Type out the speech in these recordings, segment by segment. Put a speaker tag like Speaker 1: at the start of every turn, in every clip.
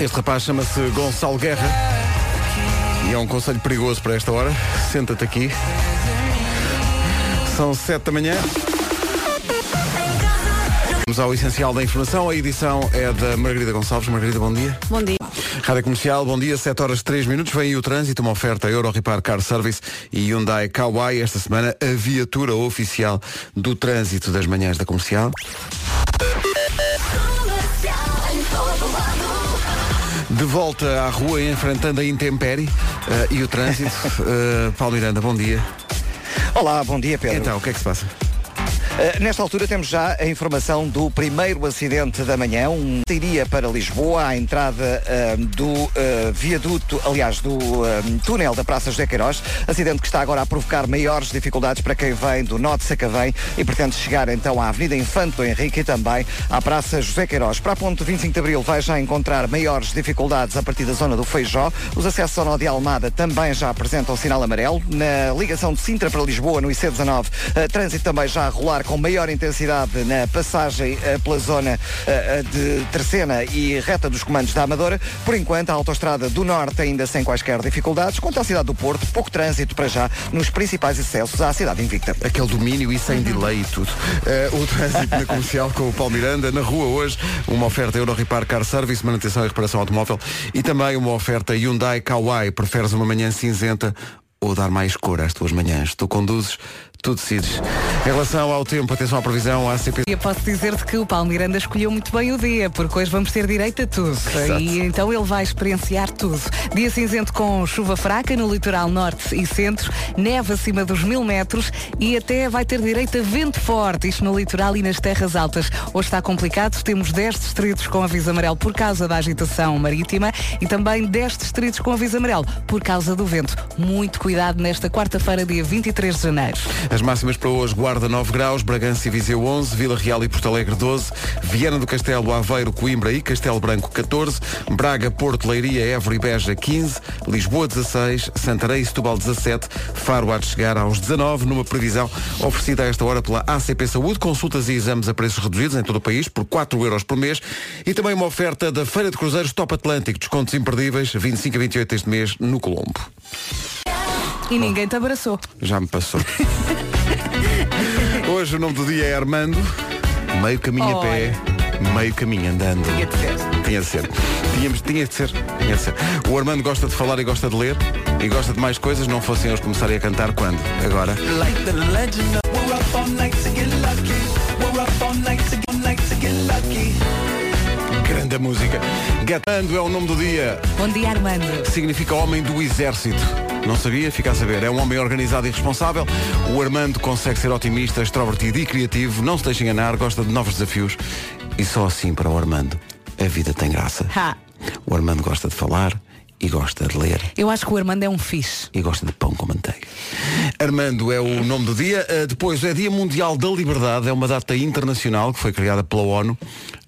Speaker 1: Este rapaz chama-se Gonçalo Guerra e é um conselho perigoso para esta hora. Senta-te aqui. São sete da manhã. Vamos ao essencial da informação. A edição é da Margarida Gonçalves. Margarida, bom dia.
Speaker 2: Bom dia.
Speaker 1: Rádio Comercial, bom dia, 7 horas 3 minutos. Vem aí o trânsito, uma oferta Euro Repar Car Service e Hyundai Kauai. Esta semana, a viatura oficial do trânsito das manhãs da comercial. De volta à rua, enfrentando a intempérie eh, e o trânsito. Eh, Paulo Miranda, bom dia.
Speaker 3: Olá, bom dia Pedro.
Speaker 1: Então, o que é que se passa?
Speaker 3: Eh, nesta altura temos já a informação do primeiro acidente da manhã. Um iria para Lisboa à entrada eh, do eh, viaduto, aliás, do eh, túnel da Praça José Queiroz. Acidente que está agora a provocar maiores dificuldades para quem vem do Norte Sacavém e pretende chegar então à Avenida Infante do Henrique e também à Praça José Queiroz. Para a ponte 25 de Abril vai já encontrar maiores dificuldades a partir da zona do Feijó. Os acessos ao Nó de Almada também já apresentam sinal amarelo. Na ligação de Sintra para Lisboa, no IC19, eh, trânsito também já a rolar com maior intensidade na passagem eh, pela zona eh, eh, de Terceira e reta dos comandos da Amadora. Por enquanto, a autoestrada do Norte ainda sem quaisquer dificuldades. Quanto à cidade do Porto, pouco trânsito para já nos principais acessos à cidade invicta.
Speaker 1: Aquele domínio e sem delay e tudo. Eh, o trânsito na comercial com o Paulo Miranda. Na rua hoje, uma oferta Euro Repar Car Service, manutenção e reparação automóvel. E também uma oferta Hyundai Kauai. Preferes uma manhã cinzenta ou dar mais cor às tuas manhãs? Tu conduzes, tu decides. Em relação ao tempo, atenção à previsão, à CP.
Speaker 2: Eu posso dizer-te que o Paulo Miranda escolheu muito bem o dia, porque hoje vamos ter direito a tudo.
Speaker 1: Exato.
Speaker 2: E então ele vai experienciar tudo. Dia cinzento com chuva fraca no litoral norte e centro, neve acima dos mil metros e até vai ter direito a vento forte, isto no litoral e nas terras altas. Hoje está complicado, temos 10 distritos com aviso amarelo por causa da agitação marítima e também 10 distritos com aviso amarelo por causa do vento. Muito cuidado nesta quarta-feira, dia 23 de janeiro.
Speaker 1: As máximas para hoje, Guarda 9 graus, Bragança e Viseu 11, Vila Real e Porto Alegre 12, Viana do Castelo, Aveiro, Coimbra e Castelo Branco 14, Braga, Porto, Leiria, Évora e Beja 15, Lisboa 16, Santarém e Setúbal 17, Faro há de chegar aos 19, numa previsão oferecida a esta hora pela ACP Saúde, consultas e exames a preços reduzidos em todo o país por 4 euros por mês e também uma oferta da Feira de Cruzeiros Top Atlântico, descontos imperdíveis 25 a 28 deste mês no Colombo.
Speaker 2: E ninguém te abraçou.
Speaker 1: Já me passou. Hoje o nome do dia é Armando. Meio caminho a pé, meio caminho andando.
Speaker 2: Tinha de ser.
Speaker 1: Tinha de ser. Tínhamos, tinha de ser. Tinha de ser. O Armando gosta de falar e gosta de ler e gosta de mais coisas, não fossem eles começarem a cantar quando? Agora. Grande música. Gatando é o nome do dia.
Speaker 2: Bom dia, Armando.
Speaker 1: significa homem do exército. Não sabia? Fica a saber. É um homem organizado e responsável. O Armando consegue ser otimista, extrovertido e criativo. Não se deixa enganar, gosta de novos desafios. E só assim para o Armando, a vida tem graça.
Speaker 2: Ha.
Speaker 1: O Armando gosta de falar e gosta de ler
Speaker 2: Eu acho que o Armando é um fixe.
Speaker 1: e gosta de pão com manteiga. Armando é o nome do dia. Uh, depois é Dia Mundial da Liberdade, é uma data internacional que foi criada pela ONU.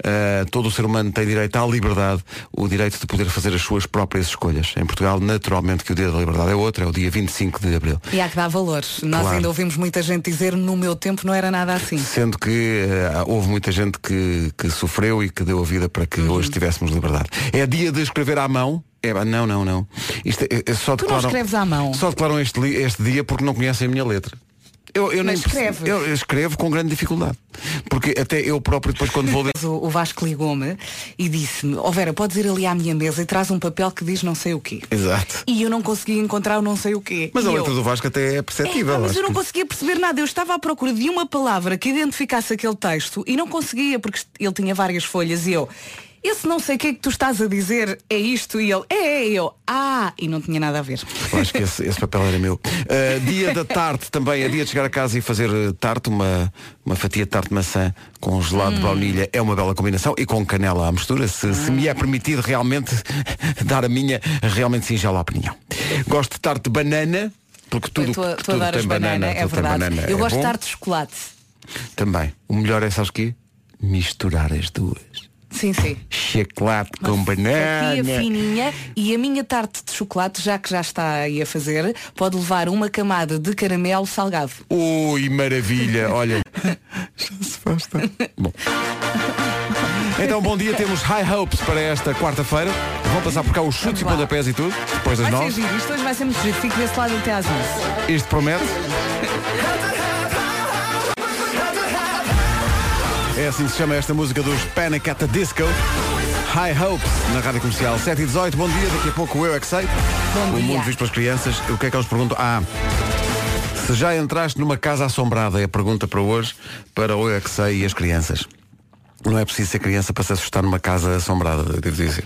Speaker 1: Uh, todo o ser humano tem direito à liberdade, o direito de poder fazer as suas próprias escolhas. Em Portugal, naturalmente, que o Dia da Liberdade é outro, é o dia 25 de abril.
Speaker 2: E há que dar valores. Nós
Speaker 1: Claro.
Speaker 2: ainda ouvimos muita gente dizer no meu tempo não era nada assim.
Speaker 1: Sendo que eh, houve muita gente que, que sofreu e que deu a vida para que hoje
Speaker 2: Uhum.
Speaker 1: tivéssemos liberdade. É dia de escrever à mão. É, pá, não, não, não. Isto é- é- só
Speaker 2: Tu não escreves à mão.
Speaker 1: Só declaram este, li- este dia porque não conhecem a minha letra. Eu, eu
Speaker 2: Mas
Speaker 1: nem perce-
Speaker 2: escreves.
Speaker 1: Eu, eu escrevo com grande dificuldade. Porque até eu próprio depois quando vou ler.
Speaker 2: Mas O o Vasco ligou-me e disse-me, ó Vera, podes ir ali à minha mesa e traz um papel que diz não sei o quê.
Speaker 1: Exato.
Speaker 2: E eu não consegui encontrar o não sei o quê.
Speaker 1: Mas
Speaker 2: E
Speaker 1: a
Speaker 2: eu,
Speaker 1: letra do Vasco até é perceptível.
Speaker 2: "Epá, mas
Speaker 1: acho
Speaker 2: eu não
Speaker 1: que-
Speaker 2: conseguia perceber nada. Eu estava à procura de uma palavra que identificasse aquele texto e não conseguia porque est- ele tinha várias folhas e eu, esse não sei o que é que tu estás a dizer é isto e ele, é, é, e eu, ah, e não tinha nada a ver.
Speaker 1: Eu Acho que esse, esse papel era meu. Uh, dia da tarte também, é dia de chegar a casa e fazer uh, tarte, uma, uma fatia de tarte de maçã com gelado
Speaker 2: Hum.
Speaker 1: de baunilha é uma bela combinação e com canela à mistura, se, se me é
Speaker 2: Hum.
Speaker 1: permitido realmente dar a minha realmente singela opinião. Gosto de tarte de banana, porque tudo,
Speaker 2: tu, tu
Speaker 1: tudo tem
Speaker 2: adoras banana, é
Speaker 1: tudo tem
Speaker 2: verdade.
Speaker 1: banana,
Speaker 2: eu
Speaker 1: é
Speaker 2: gosto
Speaker 1: bom.
Speaker 2: de tarte de chocolate.
Speaker 1: Também. O melhor é, sabes que Misturar as duas.
Speaker 2: Sim, sim.
Speaker 1: Chocolate com É,
Speaker 2: A tia
Speaker 1: banana.
Speaker 2: fininha e a minha tarte de chocolate, já que já está aí a fazer, pode levar uma camada de caramelo salgado.
Speaker 1: Ui, maravilha, olha. Já se faz tarde. Bom. Então, bom dia. Temos high hopes para esta quarta-feira. Vão passar por cá os chutes e
Speaker 2: Vamos lá.
Speaker 1: pontapés e tudo, depois das
Speaker 2: Vai ser
Speaker 1: nove.
Speaker 2: giro, isto hoje vai ser muito giro. Fico desse lado até às 11.
Speaker 1: Isto promete. É assim que se chama esta música dos Panic at the Disco. High Hopes, na Rádio Comercial 7 e 18. Bom dia, daqui a pouco o eu é que sei.
Speaker 2: Bom
Speaker 1: o
Speaker 2: dia.
Speaker 1: mundo visto pelas crianças. O que é que eles perguntam? Ah, se já entraste numa casa assombrada, é a pergunta para hoje, para o eu é que sei e as crianças. Não é preciso ser criança para se assustar numa casa assombrada, devo dizer.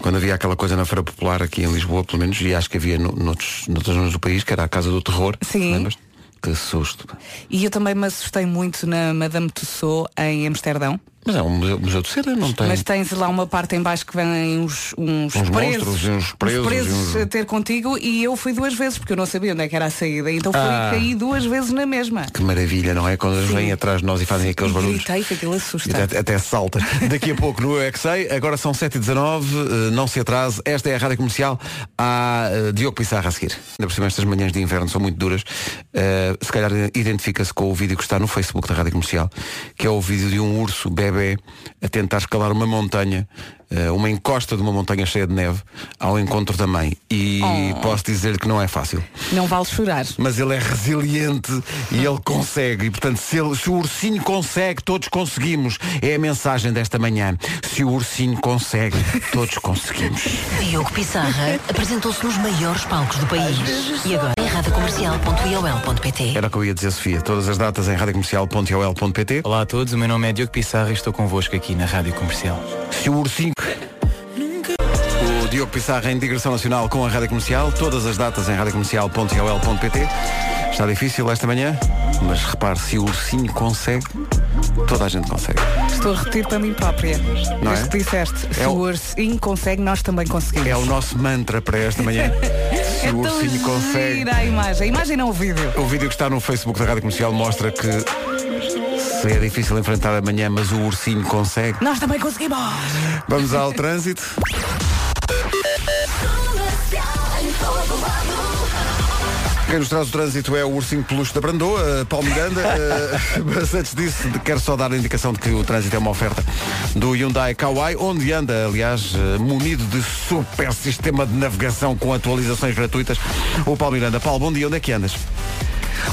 Speaker 1: Quando havia aquela coisa na Feira Popular aqui em Lisboa, pelo menos, e acho que havia no, noutros, noutras zonas do país, que era a Casa do Terror.
Speaker 2: Sim.
Speaker 1: Lembras? Que susto.
Speaker 2: E eu também me assustei muito na Madame Tussauds em Amsterdão.
Speaker 1: Mas é um museu, museu de cera, não tem?
Speaker 2: Mas tens lá uma parte em baixo que vêm uns, uns,
Speaker 1: Uns
Speaker 2: presos,
Speaker 1: monstros e uns presos e uns-
Speaker 2: a ter contigo e eu fui duas vezes porque eu não sabia onde é que era a saída. Então fui
Speaker 1: Ah.
Speaker 2: e caí duas vezes na mesma.
Speaker 1: Que maravilha, não é? Quando eles
Speaker 2: Sim.
Speaker 1: vêm atrás de nós e fazem aqueles
Speaker 2: E
Speaker 1: barulhos.
Speaker 2: gritei que aquilo assusta.
Speaker 1: Até, até saltas. Daqui a pouco no Eu é Que Sei. agora são 7h19, eh, não se atrase, esta é a Rádio Comercial, há eh, Diogo Pissarra a seguir. Ainda por cima estas manhãs de inverno são muito duras, Eh, se calhar identifica-se com o vídeo que está no Facebook da Rádio Comercial, que é o vídeo de um urso bebê a tentar escalar uma montanha, eh, uma encosta de uma montanha cheia de neve, ao encontro da mãe. E posso dizer que não é fácil
Speaker 2: Não vale chorar.
Speaker 1: mas ele é resiliente e ele consegue. E portanto, se, ele- se o ursinho consegue, todos conseguimos. É a mensagem desta manhã. Se o ursinho consegue, todos conseguimos.
Speaker 4: Diogo Pissarra apresentou-se nos maiores palcos do país. E agora em radiocomercial.iol.pt
Speaker 1: Era o que eu ia dizer, Sofia. Todas as datas em radiocomercial.ol.pt.
Speaker 5: Olá a todos, o meu nome é Diogo Pissarra e estou convosco aqui na Rádio Comercial.
Speaker 1: Se o ursinho. O Diogo Pissarra em digressão nacional com a Rádio Comercial. Todas as datas em radiocomercial.ol.pt. Está difícil esta manhã, mas repare, se o ursinho consegue, toda a gente consegue.
Speaker 2: Estou a repetir para mim própria.
Speaker 1: Não
Speaker 2: Mas
Speaker 1: é?
Speaker 2: que disseste, se
Speaker 1: É o-
Speaker 2: o ursinho consegue, nós também conseguimos.
Speaker 1: É o nosso mantra para esta manhã. Se
Speaker 2: É
Speaker 1: o
Speaker 2: tão
Speaker 1: ursinho consegue.
Speaker 2: gira a imagem. A imagem não o vídeo.
Speaker 1: O vídeo que está no Facebook da Rádio Comercial mostra que se é difícil enfrentar amanhã, mas o ursinho consegue.
Speaker 2: Nós também conseguimos.
Speaker 1: Vamos ao trânsito. Quem nos traz o trânsito é o ursinho peluche da Brandoa, Paulo Miranda. eh, Mas antes disso, quero só dar a indicação de que o trânsito é uma oferta do Hyundai Kauai, onde anda, aliás, eh, munido de super sistema de navegação com atualizações gratuitas, o Paulo Miranda. Paulo, bom dia, onde é que andas?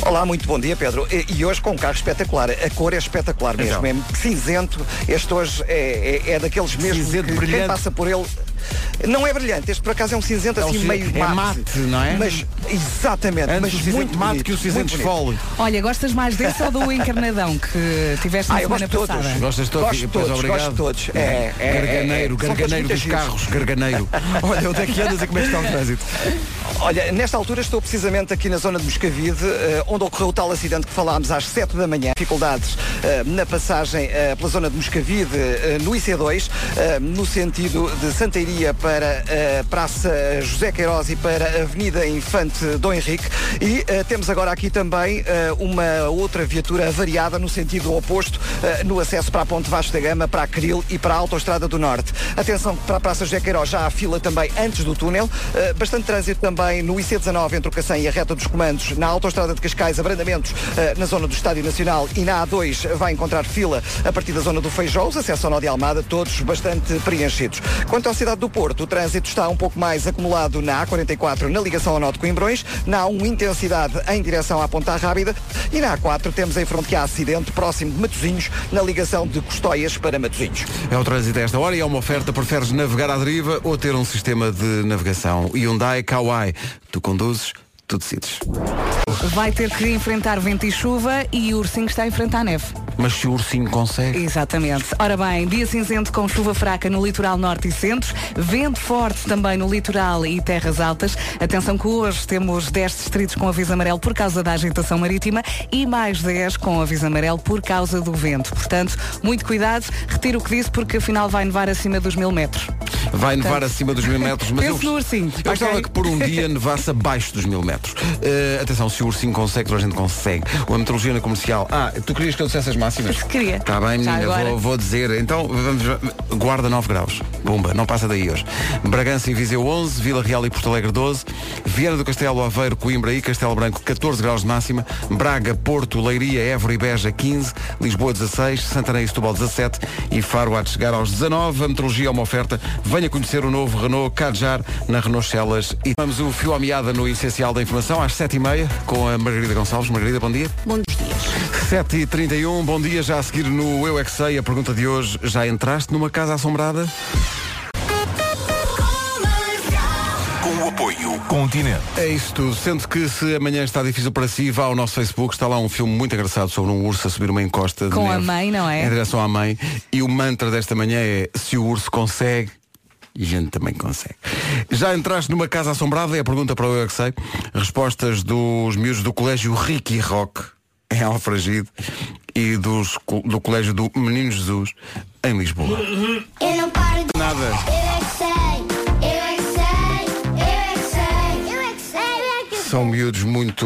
Speaker 3: Olá, muito bom dia, Pedro. E, e hoje com um carro espetacular. A cor é espetacular mesmo.
Speaker 1: Então.
Speaker 3: É cinzento. Este hoje é, é- é daqueles mesmo
Speaker 1: Cinzento,
Speaker 3: que
Speaker 1: brilhante.
Speaker 3: quem passa por ele... Não é brilhante, este por acaso é um cinzento
Speaker 1: É um
Speaker 3: assim
Speaker 1: cinzento-
Speaker 3: meio
Speaker 1: é
Speaker 3: mate.
Speaker 1: mate, não é?
Speaker 3: Mas, exatamente,
Speaker 1: Antes
Speaker 3: mas
Speaker 1: o cinzento
Speaker 3: muito
Speaker 1: mate
Speaker 3: bonito,
Speaker 1: que o cinzento
Speaker 3: muito bonito.
Speaker 1: esfole.
Speaker 2: Olha, gostas mais desse ou do encarnadão que tiveste na
Speaker 3: Ah, eu
Speaker 2: semana
Speaker 3: gosto de todos.
Speaker 2: passada?
Speaker 1: Gostas de todos?
Speaker 3: Gosto de
Speaker 1: Pois,
Speaker 3: todos,
Speaker 1: obrigado.
Speaker 3: gosto de todos. É, é,
Speaker 1: garganeiro,
Speaker 3: é, é. São todos
Speaker 1: garganeiro
Speaker 3: muito
Speaker 1: dos
Speaker 3: giros.
Speaker 1: carros, garganeiro. Olha, onde é que andas e como é que está o trânsito?
Speaker 3: Olha, nesta altura estou precisamente aqui na zona de Moscavide, eh, onde ocorreu o tal acidente que falámos às 7 da manhã. Dificuldades eh, na passagem eh, pela zona de Moscavide, eh, no IC2, eh, no sentido de Santeiria para a Praça José Queiroz e para a Avenida Infante Dom Henrique. E eh, temos agora aqui também eh, uma outra viatura avariada no sentido oposto, eh, no acesso para a Ponte Vasco da Gama, para a Cril e para a Autostrada do Norte. Atenção que para a Praça José Queiroz já há fila também antes do túnel. Eh, bastante trânsito também no IC19 entre o Cacém e a reta dos comandos, na Autostrada de Cascais, abrandamentos eh, na zona do Estádio Nacional e na A2 vai encontrar fila a partir da zona do Feijó, os acessos ao Nó de Almada, todos bastante preenchidos. Quanto à cidade do Porto, o trânsito está um pouco mais acumulado na A44 na ligação ao Nó de Coimbrões, na A1 intensidade em direção à Ponta Rábida e na A4 temos em frente a acidente próximo de Matosinhos na ligação de Custóias para Matosinhos.
Speaker 1: É o trânsito a esta hora e é uma oferta. Preferes navegar à deriva ou ter um sistema de navegação? Hyundai Kauai. Tu conduzes, tu decides.
Speaker 2: Vai ter que enfrentar vento e chuva e o ursinho está a enfrentar neve.
Speaker 1: Mas se o ursinho consegue.
Speaker 2: Exatamente. Ora bem, dia cinzento com chuva fraca no litoral norte e centro, vento forte também no litoral e terras altas. Atenção que hoje temos 10 distritos com aviso amarelo por causa da agitação marítima e mais 10 com aviso amarelo por causa do vento. Portanto, muito cuidado, retiro o que disse porque afinal vai nevar acima dos mil metros.
Speaker 1: Vai nevar acima dos mil metros, mas
Speaker 2: Penso
Speaker 1: eu,
Speaker 2: no ursinho,
Speaker 1: eu gostava
Speaker 2: ok?
Speaker 1: que por um dia nevasse abaixo dos mil metros. metros. Eh, atenção, se o ursinho consegue, toda a gente consegue. A metrologia na comercial. Ah, tu querias que eu dissesse as máximas?
Speaker 2: Queria.
Speaker 1: Está Tá bem,
Speaker 2: Já
Speaker 1: menina,
Speaker 2: agora.
Speaker 1: vou, vou dizer. Então, vamos. Guarda 9 graus. Bomba, não passa daí hoje. Bragança e Viseu 11, Vila Real e Porto Alegre 12, Viana do Castelo, Aveiro, Coimbra e Castelo Branco 14 graus de máxima, Braga, Porto, Leiria, Évora e Beja 15, Lisboa 16, Santarém e Setúbal 17 e Faro há de chegar aos 19. A metrologia é uma oferta. Venha conhecer o novo Renault Kadjar na Renault Celas. E vamos o fio à meada no essencial da informação às 7h30 com a Margarida Gonçalves. Margarida, bom dia. 7h31, bom dia, já a seguir no Eu É Que Sei, a pergunta de hoje, já entraste numa casa assombrada?
Speaker 6: Com o apoio Continente.
Speaker 1: É isso tudo, sendo que se amanhã está difícil para si, vá ao nosso Facebook, está lá um filme muito engraçado sobre um urso a subir uma encosta de
Speaker 2: Com a
Speaker 1: neve
Speaker 2: mãe, não é?
Speaker 1: Em direção à mãe, e o mantra desta manhã é, se o urso consegue, a gente também consegue. Já entraste numa casa assombrada? É a pergunta para o Eu É Que Sei. Respostas dos miúdos do colégio Ricky Rock, em Alfragide, e dos, co- do colégio do Menino Jesus, em Lisboa.
Speaker 7: Eu não paro de.
Speaker 1: Nada.
Speaker 7: Eu é que sei, eu é que sei, eu é que sei, eu é que sei, eu é que sei.
Speaker 1: São miúdos muito,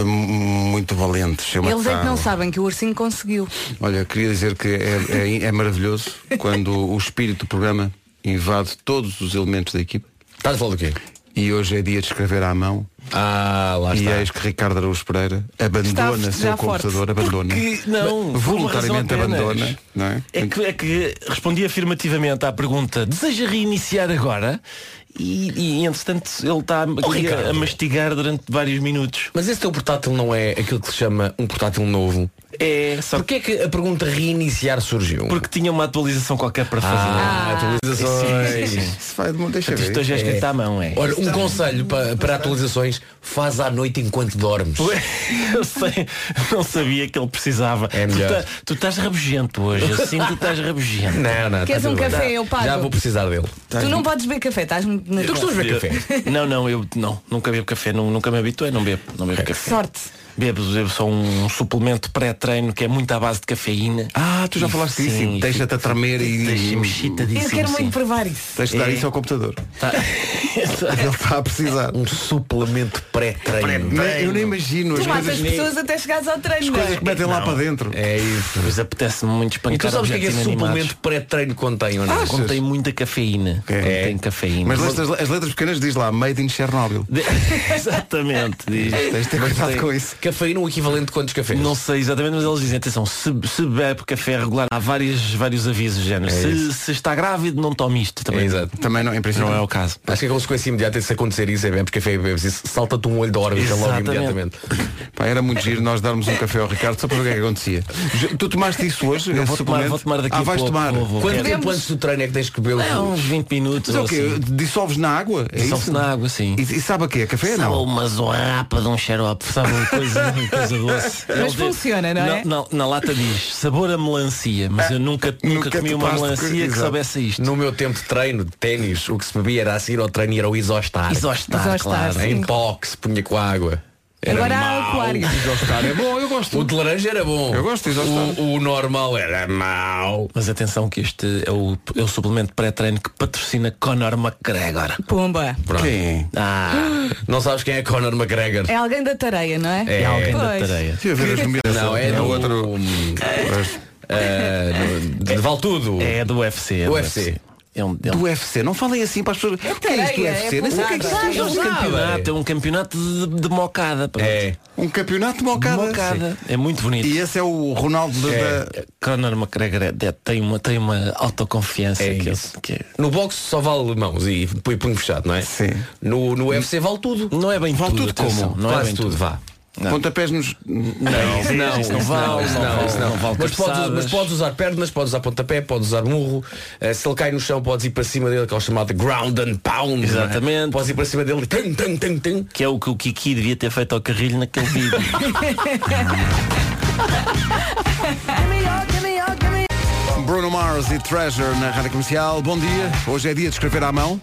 Speaker 1: hum, muito valentes. eu
Speaker 2: Eles é que
Speaker 1: matava.
Speaker 2: não sabem que o ursinho conseguiu.
Speaker 1: Olha, queria dizer que é, é- é maravilhoso quando o espírito do programa invade todos os elementos da equipe.
Speaker 8: Estás a falar do quê?
Speaker 1: E hoje é dia de escrever à mão.
Speaker 8: Ah, lá
Speaker 1: E é
Speaker 8: está.
Speaker 1: eis que Ricardo Araújo Pereira abandona
Speaker 2: Está já
Speaker 1: seu
Speaker 2: forte.
Speaker 1: computador, abandona.
Speaker 8: Que não,
Speaker 1: Voluntariamente
Speaker 8: por uma razão apenas.
Speaker 1: abandona. Não é?
Speaker 8: É que, é que respondi afirmativamente à pergunta Deseja reiniciar agora? E, e entretanto ele está aqui a-
Speaker 9: Ricardo.
Speaker 8: a mastigar durante vários minutos
Speaker 9: Mas esse teu portátil não é aquilo que se chama um portátil novo.
Speaker 8: É, só
Speaker 9: Porquê é que a pergunta reiniciar surgiu?
Speaker 8: porque tinha uma atualização qualquer para fazer
Speaker 9: Ah, atualizações.
Speaker 8: Sim, sim.
Speaker 1: Isso vai de deixa
Speaker 8: Isto hoje é escrito à mão, é
Speaker 9: Olha, um conselho pa- para, atualizações, faz à noite enquanto dormes.
Speaker 8: Eu sei, não sabia que ele precisava
Speaker 9: É
Speaker 8: tu,
Speaker 9: melhor.
Speaker 8: tá- tu estás rabugento hoje Assim tu estás rabugento
Speaker 9: Não, não,
Speaker 2: Queres
Speaker 9: tá
Speaker 2: um
Speaker 9: tudo bem.
Speaker 2: café? Eu pago.
Speaker 9: Já vou precisar dele.
Speaker 1: Tá
Speaker 2: tu não podes beber café, estás muito
Speaker 9: Tu
Speaker 2: nervoso.
Speaker 9: costumas beber café?
Speaker 8: Não, não, eu não, nunca bebo café, não, nunca me habituei, não bebo, não
Speaker 1: É.
Speaker 8: bebo café.
Speaker 2: Sorte.
Speaker 8: Bebo, bebo só um suplemento pré-treino que é muito à base de cafeína.
Speaker 1: Ah, tu já falaste disso. sim. Deixa-te a tremer e
Speaker 8: Deixa-me
Speaker 2: Eu
Speaker 8: chitadíssimo.
Speaker 2: quero
Speaker 8: sim.
Speaker 2: muito provar isso.
Speaker 1: Tens de dar
Speaker 8: É.
Speaker 1: isso ao computador. Ele está a precisar.
Speaker 9: Um suplemento pré-treino.
Speaker 1: Eu nem imagino as
Speaker 2: Tu matas
Speaker 1: coisas,
Speaker 2: as pessoas até chegares ao treino.
Speaker 1: as coisas que metem lá
Speaker 8: Não.
Speaker 1: para dentro.
Speaker 9: É isso.
Speaker 8: Mas apetece-me muito
Speaker 9: E
Speaker 1: Então
Speaker 8: espancar
Speaker 9: tu sabes o que é que
Speaker 8: objetos
Speaker 9: esse
Speaker 8: inanimados.
Speaker 9: suplemento pré-treino contém ou não?
Speaker 1: Achas?
Speaker 8: Contém muita cafeína.
Speaker 1: É.
Speaker 8: Contém cafeína.
Speaker 1: Mas letras- as letras pequenas diz lá Made in Chernobyl.
Speaker 8: De- Exatamente. diz.
Speaker 1: Tens de ter cuidado
Speaker 8: tem-
Speaker 1: com isso.
Speaker 9: Cafeína é o equivalente de quantos cafés?
Speaker 8: Não sei exatamente, mas eles dizem, atenção, se, se bebe café regular, há vários, vários avisos, género.
Speaker 1: É
Speaker 8: se, se está grávido, não tome isto também.
Speaker 9: É, exato.
Speaker 1: Também não, em princípio.
Speaker 8: Não é o caso.
Speaker 9: Acho que a consequência imediata de se acontecer isso é bebes café e bebes isso. Salta-te um olho da órbita logo
Speaker 8: Exatamente.
Speaker 9: imediatamente.
Speaker 1: Pá, era muito giro nós darmos um café ao Ricardo só para ver o que é que acontecia. Ju- Tu tomaste isso hoje?
Speaker 8: Eu
Speaker 1: esse
Speaker 8: vou tomar,
Speaker 1: suplemento?
Speaker 8: vou tomar daqui
Speaker 1: Ah,
Speaker 8: a
Speaker 1: vais
Speaker 8: pouco.
Speaker 1: tomar.
Speaker 8: Vou, vou.
Speaker 9: Quanto
Speaker 8: Quero.
Speaker 9: tempo antes do treino é que tens que beber o
Speaker 8: É, uns 20 minutos.
Speaker 1: Mas é
Speaker 8: ou
Speaker 1: o quê?
Speaker 8: assim.
Speaker 1: Dissolves na água? É
Speaker 8: Dissolve-se
Speaker 1: isso?
Speaker 8: na água, sim.
Speaker 1: E, e sabe a quê? Café?
Speaker 8: Sabe
Speaker 1: Não.
Speaker 8: uma zorrapa de um xarope, sabe uma coisa, uma coisa doce.
Speaker 2: Mas
Speaker 8: Ele diz-
Speaker 2: funciona, não é?
Speaker 8: Na, na- na lata diz sabor a melancia, mas eu nunca, nunca,
Speaker 1: É. nunca
Speaker 8: comi uma
Speaker 1: topaste com-
Speaker 8: melancia que,
Speaker 1: Exato.
Speaker 8: soubesse isto.
Speaker 9: No meu tempo de treino, de ténis, o que se bebia era a seguir ao treino e era o isostar.
Speaker 8: Isostar,
Speaker 2: Isostar,
Speaker 8: claro.
Speaker 1: é
Speaker 2: sim.
Speaker 9: Em pó que se punha com a água. Era
Speaker 2: Agora
Speaker 9: mau.
Speaker 2: há aquário.
Speaker 1: Isostar é bom, eu gosto.
Speaker 9: O de laranja era bom.
Speaker 1: Eu gosto de isostar.
Speaker 9: O, o normal era mau.
Speaker 8: Mas atenção que este é o, é o suplemento pré-treino que patrocina Conor McGregor.
Speaker 2: Pumba.
Speaker 9: Pronto.
Speaker 1: Quem?
Speaker 8: Ah,
Speaker 9: Não sabes quem é Conor McGregor?
Speaker 2: É alguém da tareia, não é?
Speaker 8: é alguém da
Speaker 2: Pois.
Speaker 8: tareia.
Speaker 1: Deixa eu ver as nomeações.
Speaker 9: Não, é do
Speaker 1: outro.
Speaker 9: hum, eh, do- de- de Vale tudo.
Speaker 8: É do UFC. É
Speaker 9: Do
Speaker 8: do
Speaker 9: UFC.
Speaker 8: É um, é um-
Speaker 1: Do UFC, não falem assim para as pessoas. O que é isto do
Speaker 2: tareia,
Speaker 1: UFC?
Speaker 2: é
Speaker 1: Não sei o que é que
Speaker 2: pesada.
Speaker 1: isto
Speaker 8: é um
Speaker 9: sabe.
Speaker 8: campeonato, é um campeonato de, de mocada. pronto.
Speaker 9: É.
Speaker 1: é. Um campeonato de
Speaker 8: De
Speaker 1: mocada.
Speaker 8: mocada. É muito bonito.
Speaker 1: E esse é o Ronaldo de- da.
Speaker 8: Conor McGregor é- é- tem, uma, tem uma autoconfiança
Speaker 9: É
Speaker 8: que, eu-
Speaker 9: isso.
Speaker 8: que
Speaker 9: No boxe só vale mãos e põe punho fechado, não é?
Speaker 1: Sim.
Speaker 9: No, no UFC vale tudo.
Speaker 8: não é bem
Speaker 1: Vale
Speaker 8: tudo,
Speaker 1: tudo como?
Speaker 8: atenção, não é
Speaker 9: Quase
Speaker 8: bem
Speaker 9: tudo, vá.
Speaker 1: Pontapés nos.
Speaker 8: Não,
Speaker 9: Não, isso não vale, isso não, isso não.
Speaker 8: vale
Speaker 9: Mas podes,
Speaker 8: cabeçadas.
Speaker 9: mas podes usar pernas, podes usar pontapé, podes usar murro. Eh, se ele cai no chão, podes ir para cima dele, que é o chamado ground and pound. não é?
Speaker 8: Exatamente.
Speaker 9: Podes ir para cima dele, tan, tan, tan, tan.
Speaker 8: Que é o que o Kiki devia ter feito ao carrilho naquele vídeo.
Speaker 2: É
Speaker 1: Bruno Mars e Treasure na Rádio Comercial. Bom dia. Hoje é dia de escrever à mão.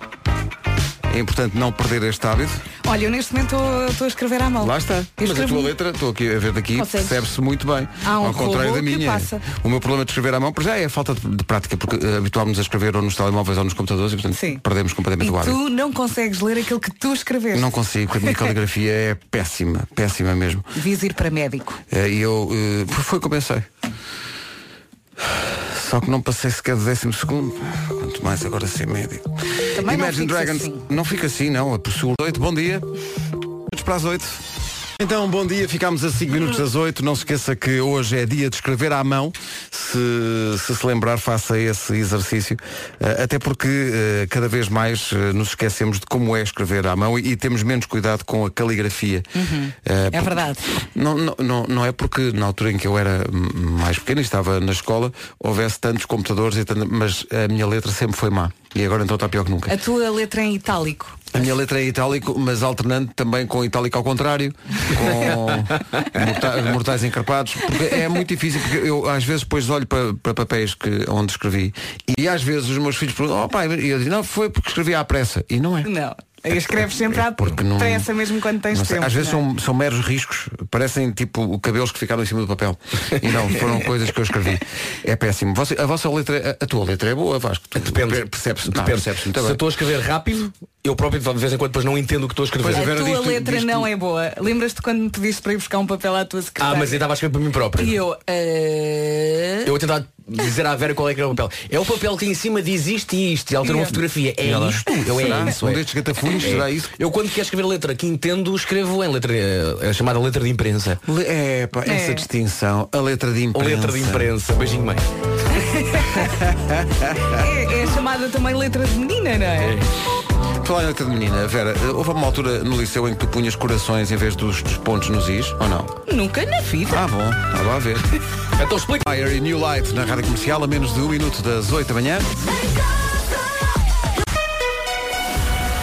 Speaker 1: É importante não perder este hábito.
Speaker 2: Olha, eu neste momento estou- estou a escrever à mão.
Speaker 1: Lá está.
Speaker 2: Oh, Eu
Speaker 1: Mas a
Speaker 2: escrevo-
Speaker 1: tua letra, estou aqui a ver daqui,
Speaker 10: Consegues.
Speaker 1: percebe-se muito bem.
Speaker 2: Há um
Speaker 1: Ao contrário da
Speaker 2: robô que
Speaker 1: minha.
Speaker 2: passa.
Speaker 1: O meu problema de escrever à mão, para já é a falta de, de prática, porque eh, habituámos-nos a escrever ou nos telemóveis ou nos computadores e, portanto, perdemos completamente
Speaker 2: E
Speaker 1: o hábito.
Speaker 2: tu não consegues ler aquilo que tu escreveste.
Speaker 1: Não consigo, porque a minha caligrafia é péssima, péssima mesmo.
Speaker 2: Devias ir para médico.
Speaker 1: Eh, E eu. eh, foi- Foi como eu pensei. Só que não passei sequer do décimo segundo. Quanto mais agora ser médico.
Speaker 2: Também não fiques
Speaker 1: Imagine Dragons.
Speaker 2: assim.
Speaker 1: Não fica assim, não. A pessoa 8, bom dia. Minutos para as 8. Então, bom dia, ficámos a 5 minutos das 8. Não se esqueça que hoje é dia de escrever à mão. Se se, se lembrar, faça esse exercício. Eh, até porque eh, cada vez mais eh, nos esquecemos de como é escrever à mão e, e temos menos cuidado com a caligrafia. Eh,
Speaker 2: É verdade.
Speaker 1: não, não, não, não é porque na altura em que eu era hum, mais pequeno e estava na escola houvesse tantos computadores, e tanta- mas a minha letra sempre foi má. E agora então está pior que nunca.
Speaker 2: A tua letra é em itálico.
Speaker 1: A minha letra é itálico, mas alternante também com itálico ao contrário, com morta- mortais encarpados, porque é muito difícil, porque eu às vezes depois olho para, para papéis que, onde escrevi e às vezes os meus filhos perguntam, oh pai, e eu digo, não, foi porque escrevi à pressa. E não é.
Speaker 2: Não. Escreves sempre à
Speaker 1: porque não-
Speaker 2: pressa, mesmo quando tens
Speaker 1: Não sei,
Speaker 2: tempo.
Speaker 1: às vezes
Speaker 2: não é?
Speaker 1: são, são meros riscos, parecem tipo cabelos que ficaram em cima do papel. E não, foram coisas que eu escrevi. É péssimo. Você- a vossa letra, a, a tua letra é boa, Vasco. Tu
Speaker 9: Depende.
Speaker 1: percebes,
Speaker 9: Depende.
Speaker 1: percebes muito
Speaker 9: Se eu
Speaker 1: bem.
Speaker 9: estou a escrever rápido, eu próprio de vez em quando depois não entendo o que estou a escrever.
Speaker 2: é, A tua letra não é boa. Lembras-te quando me pediste para ir buscar um papel à tua
Speaker 9: Ah,
Speaker 2: secretária?
Speaker 9: mas eu
Speaker 1: então,
Speaker 9: estava a escrever para mim próprio.
Speaker 2: E eu. "Ah, eh,
Speaker 9: Eu vou tentar dizer à Vera qual é que era o papel. É o papel que em cima diz isto e isto. E ela tem uma
Speaker 2: Yeah.
Speaker 9: fotografia. É
Speaker 1: E ela-
Speaker 9: isto? Eu
Speaker 1: Será?
Speaker 9: é isso.
Speaker 1: Um
Speaker 9: é.
Speaker 1: destes gatafunhos,
Speaker 9: É.
Speaker 1: será isso?
Speaker 9: Eu quando quero escrever letra que entendo, escrevo em letra, é, é chamada letra de imprensa.
Speaker 1: Le- É, pá, essa
Speaker 2: É.
Speaker 1: distinção. A letra de imprensa.
Speaker 9: Letra de imprensa. Beijinho mãe.
Speaker 2: É, é chamada também letra de menina, não é?
Speaker 1: Falar em é letra de menina, Vera, eh, houve uma altura no liceu em que tu punhas corações em vez dos, dos pontos nos is, ou não?
Speaker 2: Nunca na vida.
Speaker 1: Ah, bom, estava a ver.
Speaker 9: Então explica.
Speaker 1: Fire e New Light na rádio comercial, a menos de um minuto das 8 da manhã.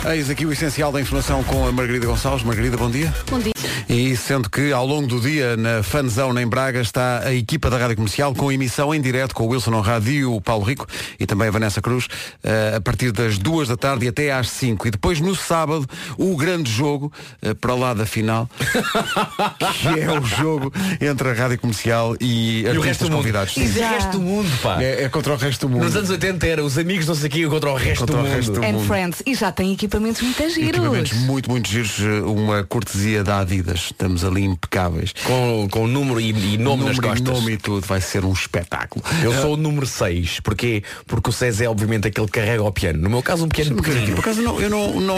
Speaker 1: Eis aqui o essencial da informação com a Margarida Gonçalves. Margarida, bom dia.
Speaker 10: Bom dia.
Speaker 1: E sendo que ao longo do dia na Fanzão em Braga está a equipa da Rádio Comercial com emissão em direto com o Wilson Honrado e o Paulo Rico e também a Vanessa Cruz eh, a partir das duas da tarde e até às 5 e depois no sábado o grande jogo eh, para lá da final que é o jogo entre a Rádio Comercial e,
Speaker 9: E o
Speaker 1: artistas
Speaker 9: resto do mundo.
Speaker 1: convidados. Sim.
Speaker 9: Isso é o resto do mundo, pá.
Speaker 1: É, é contra o resto do mundo.
Speaker 9: Nos anos 80 era os amigos não sei quem contra o resto
Speaker 1: Contra o
Speaker 9: do mundo.
Speaker 1: resto do
Speaker 2: And
Speaker 1: mundo.
Speaker 2: Friends. E já tem equipamentos muito giros.
Speaker 1: Equipamentos muito, muito giros, eh, uma cortesia da Adidas. Estamos ali impecáveis.
Speaker 9: Com, com número e, e nome nas
Speaker 1: Número e
Speaker 9: costas.
Speaker 1: nome e tudo, vai ser um espetáculo. Eh,
Speaker 9: Eu sou o número 6, porque Porque o 6 é obviamente aquele que carrega o piano. No meu caso, um piano
Speaker 1: Aqui,
Speaker 9: pequenino.
Speaker 1: Por acaso não, eu não, não.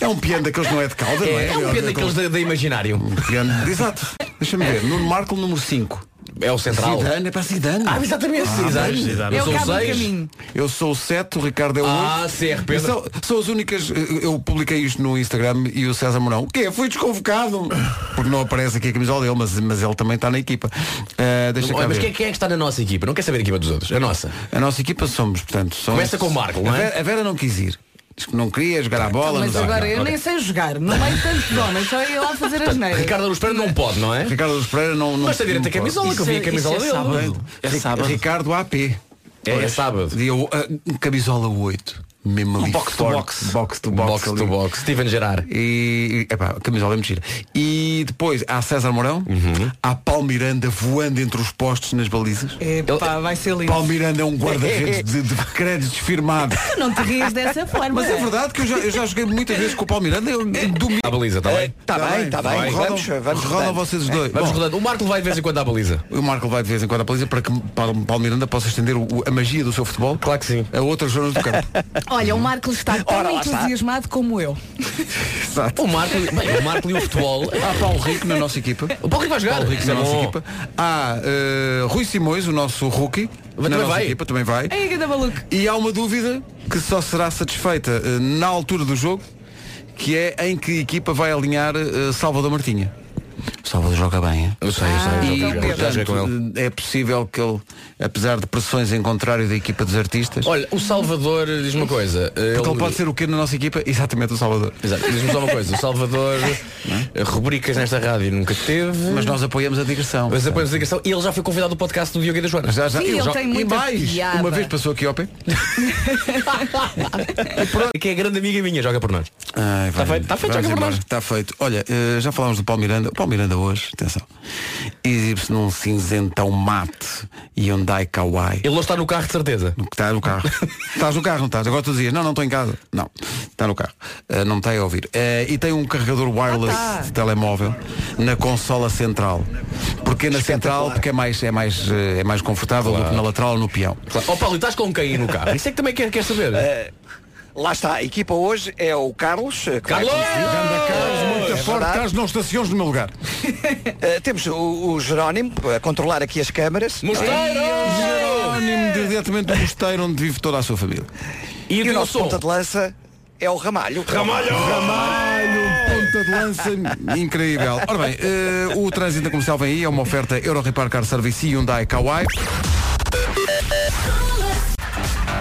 Speaker 1: É um piano daqueles não é de calda, não é?
Speaker 9: É, é um piano daqueles da, da Imaginário.
Speaker 1: Um piano- Exato. Deixa-me ver. Nuno Marco número 5.
Speaker 9: É o central.
Speaker 1: Zidane, é para Zidane.
Speaker 9: Ah, exatamente. Zidane.
Speaker 8: Zidane.
Speaker 2: É
Speaker 9: Eu
Speaker 2: o
Speaker 9: sou o
Speaker 2: cabo do
Speaker 9: 6.
Speaker 2: caminho.
Speaker 1: Eu sou o 7, o Ricardo é o 8.
Speaker 9: Ah, se arrepende.
Speaker 1: São, são as únicas. eh, Eu publiquei isto no Instagram e o César Mourão. O quê? Fui desconvocado. Porque não aparece aqui a camisola dele, mas, mas ele também está na equipa. Eh, deixa cá
Speaker 9: Olha, mas
Speaker 1: ver.
Speaker 9: quem é, quem é que está na nossa equipa? Não quer saber a equipa dos outros. A nossa.
Speaker 1: A nossa equipa somos, portanto. Somos...
Speaker 9: Começa com o Marco, não é?
Speaker 1: A Vera, a Vera não quis ir. Diz que não queria jogar a bola.
Speaker 2: Tá, Mas
Speaker 1: não sei o quê.
Speaker 2: agora eu
Speaker 1: Ok.
Speaker 2: nem sei jogar. No meio de tantos homens, só ia lá fazer as neiras.
Speaker 9: Ricardo Aruz Pereira não pode, não é?
Speaker 1: Ricardo dos Pereira não. não
Speaker 9: Mas está direito a
Speaker 1: não pode.
Speaker 9: camisola, que eu vi a
Speaker 2: Isso é-
Speaker 9: camisola
Speaker 2: isso é
Speaker 9: dele.
Speaker 8: sábado. É
Speaker 1: Ri-
Speaker 8: sábado.
Speaker 1: Ricardo AP.
Speaker 9: É, é sábado. Um
Speaker 1: Dia, o- a- camisola 8. Mesmo ali.
Speaker 9: box to
Speaker 1: forte. Um
Speaker 9: box. Um
Speaker 1: Box to box.
Speaker 9: Box to
Speaker 1: ali.
Speaker 9: box. Steven Gerard.
Speaker 1: E, epá, a camisola é mentira. E depois há César Mourão,
Speaker 9: Uhum.
Speaker 1: há Paulo Miranda voando entre os postos nas balizas.
Speaker 2: Epá, vai ser lindo.
Speaker 1: Paulo Miranda é um guarda-redes de, de créditos firmado.
Speaker 2: Não te rias dessa forma.
Speaker 1: Mas é verdade que eu já, eu já joguei muitas vezes com o Paulo Miranda.
Speaker 9: É.
Speaker 1: Eu, domino.
Speaker 9: À baliza, está bem?
Speaker 3: Está Tá bem, está bem.
Speaker 1: Rodam,
Speaker 3: Vamos, vamos
Speaker 1: rodam
Speaker 3: rodando.
Speaker 1: vocês os
Speaker 9: Vamos
Speaker 1: dois. É, tá Bom,
Speaker 9: rodando. O Marco vai de vez em quando à baliza.
Speaker 1: O Marco vai de vez em quando à baliza para que Paulo Paulo Miranda possa estender o- o- a magia do seu futebol
Speaker 9: Claro que sim.
Speaker 1: a outras zonas do campo.
Speaker 2: Olha, o Marco está tão
Speaker 3: Ora, lá está.
Speaker 2: entusiasmado como eu.
Speaker 9: O Marco, bem, o Marco e o futebol.
Speaker 1: Há Paulo Rico na nossa equipa.
Speaker 9: O Paulo Rico vai jogar.
Speaker 1: Paulo Rico
Speaker 9: Isso
Speaker 1: na
Speaker 9: é
Speaker 1: nossa
Speaker 9: bom.
Speaker 1: equipa. Há eh, Rui Simões, o nosso rookie.
Speaker 9: Mas
Speaker 1: na
Speaker 9: também
Speaker 1: nossa
Speaker 9: vai.
Speaker 1: equipa também vai.
Speaker 2: Ei, ganda maluco.
Speaker 1: E há uma dúvida que só será satisfeita eh, na altura do jogo, que é em que equipa vai alinhar eh, Salvador Martinha. Salvador joga bem, hein?
Speaker 9: Eu sei,
Speaker 2: Ah,
Speaker 9: eu sei,
Speaker 2: então
Speaker 9: eu já
Speaker 1: E,
Speaker 9: joguei- eu já joguei com ele.
Speaker 1: portanto, é possível que ele, apesar de pressões em contrário da equipa dos artistas,
Speaker 9: Olha, o Salvador diz uma coisa. eh,
Speaker 1: porque ele Então pode ser o que na nossa equipa? Exatamente o Salvador.
Speaker 9: Exato, diz-me só uma coisa, o Salvador
Speaker 1: é?
Speaker 9: eh, rubricas nesta rádio nunca teve.
Speaker 1: Mas nós apoiamos a digressão.
Speaker 9: Mas apoiamos a ligação e ele já foi convidado do podcast do Diogo e da Joana.
Speaker 1: Já, já,
Speaker 2: Sim, ele
Speaker 1: já-
Speaker 2: tem
Speaker 1: e
Speaker 2: muita
Speaker 1: mais,
Speaker 2: piada.
Speaker 1: uma vez passou aqui ao pé.
Speaker 9: Que é grande amiga minha, joga por nós.
Speaker 1: Está
Speaker 9: feito, tá feito, já acabou nós.
Speaker 1: Está feito. Olha, eh, já falámos do Paulo Miranda. O Paulo Miranda hoje, atenção, exibe-se num cinzentão mate Hyundai Kauai.
Speaker 9: Ele hoje está no carro de certeza.
Speaker 1: Está no carro. estás no carro, não estás? Agora tu dizias, não, não estou em casa. Não, está no carro. Eh, não me está a ouvir. Eh, e tem um carregador wireless de telemóvel na consola central. Porquê na central? Porque é mais, é mais, eh, é mais confortável do que na lateral ou no peão.
Speaker 9: Claro. Oh Paulo, e estás com quem aí no carro? Isso é que também quer, quer saber.
Speaker 3: Lá está, a equipa hoje é o Carlos. eh, que vai
Speaker 9: Carlos!
Speaker 3: conduzir. É verdade.
Speaker 1: não estaciones no meu lugar.
Speaker 3: Eh, temos o, o Jerónimo eh, a controlar aqui as câmaras.
Speaker 1: Jerónimo, diretamente do mosteiro onde vive toda a sua família.
Speaker 3: E o
Speaker 9: do
Speaker 3: nosso
Speaker 9: som?
Speaker 3: ponta de lança é o Ramalho.
Speaker 1: Ramalho, ponta de lança incrível. Ora bem, eh, o trânsito comercial vem aí, é uma oferta Euro Repar Car Service e Hyundai Kauai.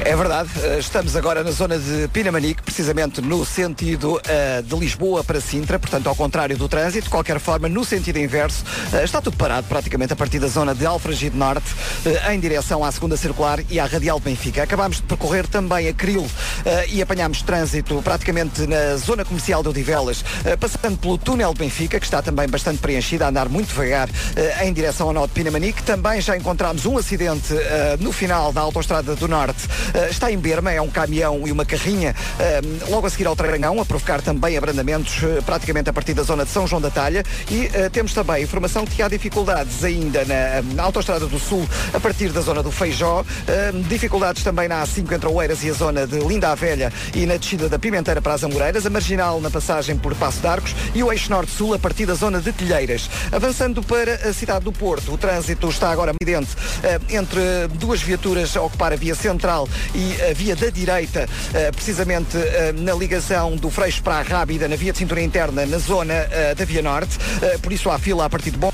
Speaker 3: É verdade, eh, estamos agora na zona de Pinamanique, precisamente no sentido eh, de Lisboa para Sintra, portanto ao contrário do trânsito, de qualquer forma, no sentido inverso, eh, está tudo parado praticamente a partir da zona de Alfragido Norte, eh, em direção à segunda circular e à Radial de Benfica. Acabámos de percorrer também a Cril eh, e apanhámos trânsito praticamente na zona comercial de Odivelas, eh, passando pelo túnel de Benfica, que está também bastante preenchido, a andar muito devagar eh, em direção ao Nó de Pinamanique. Também já encontramos um acidente eh, no final da Autostrada do Norte. Eh, está em Berma, é um caminhão e uma carrinha eh, logo a seguir ao Trarangão, a provocar também abrandamentos eh, praticamente a partir da zona de São João da Talha. E eh, temos também informação que há dificuldades ainda na, na Autostrada do Sul, a partir da zona do Feijó. Eh, dificuldades também na A5 entre Oeiras e a zona de Linda a Velha e na descida da Pimenteira para as Amoreiras, a marginal na passagem por Passo de Arcos e o eixo norte-sul a partir da zona de Telheiras. Avançando para a cidade do Porto, o trânsito está agora evidente eh, entre duas viaturas a ocupar a via central e a via da direita, eh, precisamente eh, na ligação do Freixo para a Rábida, na via de cintura interna, na zona eh, da Via Norte. Eh, Por isso há fila a partir de Bom.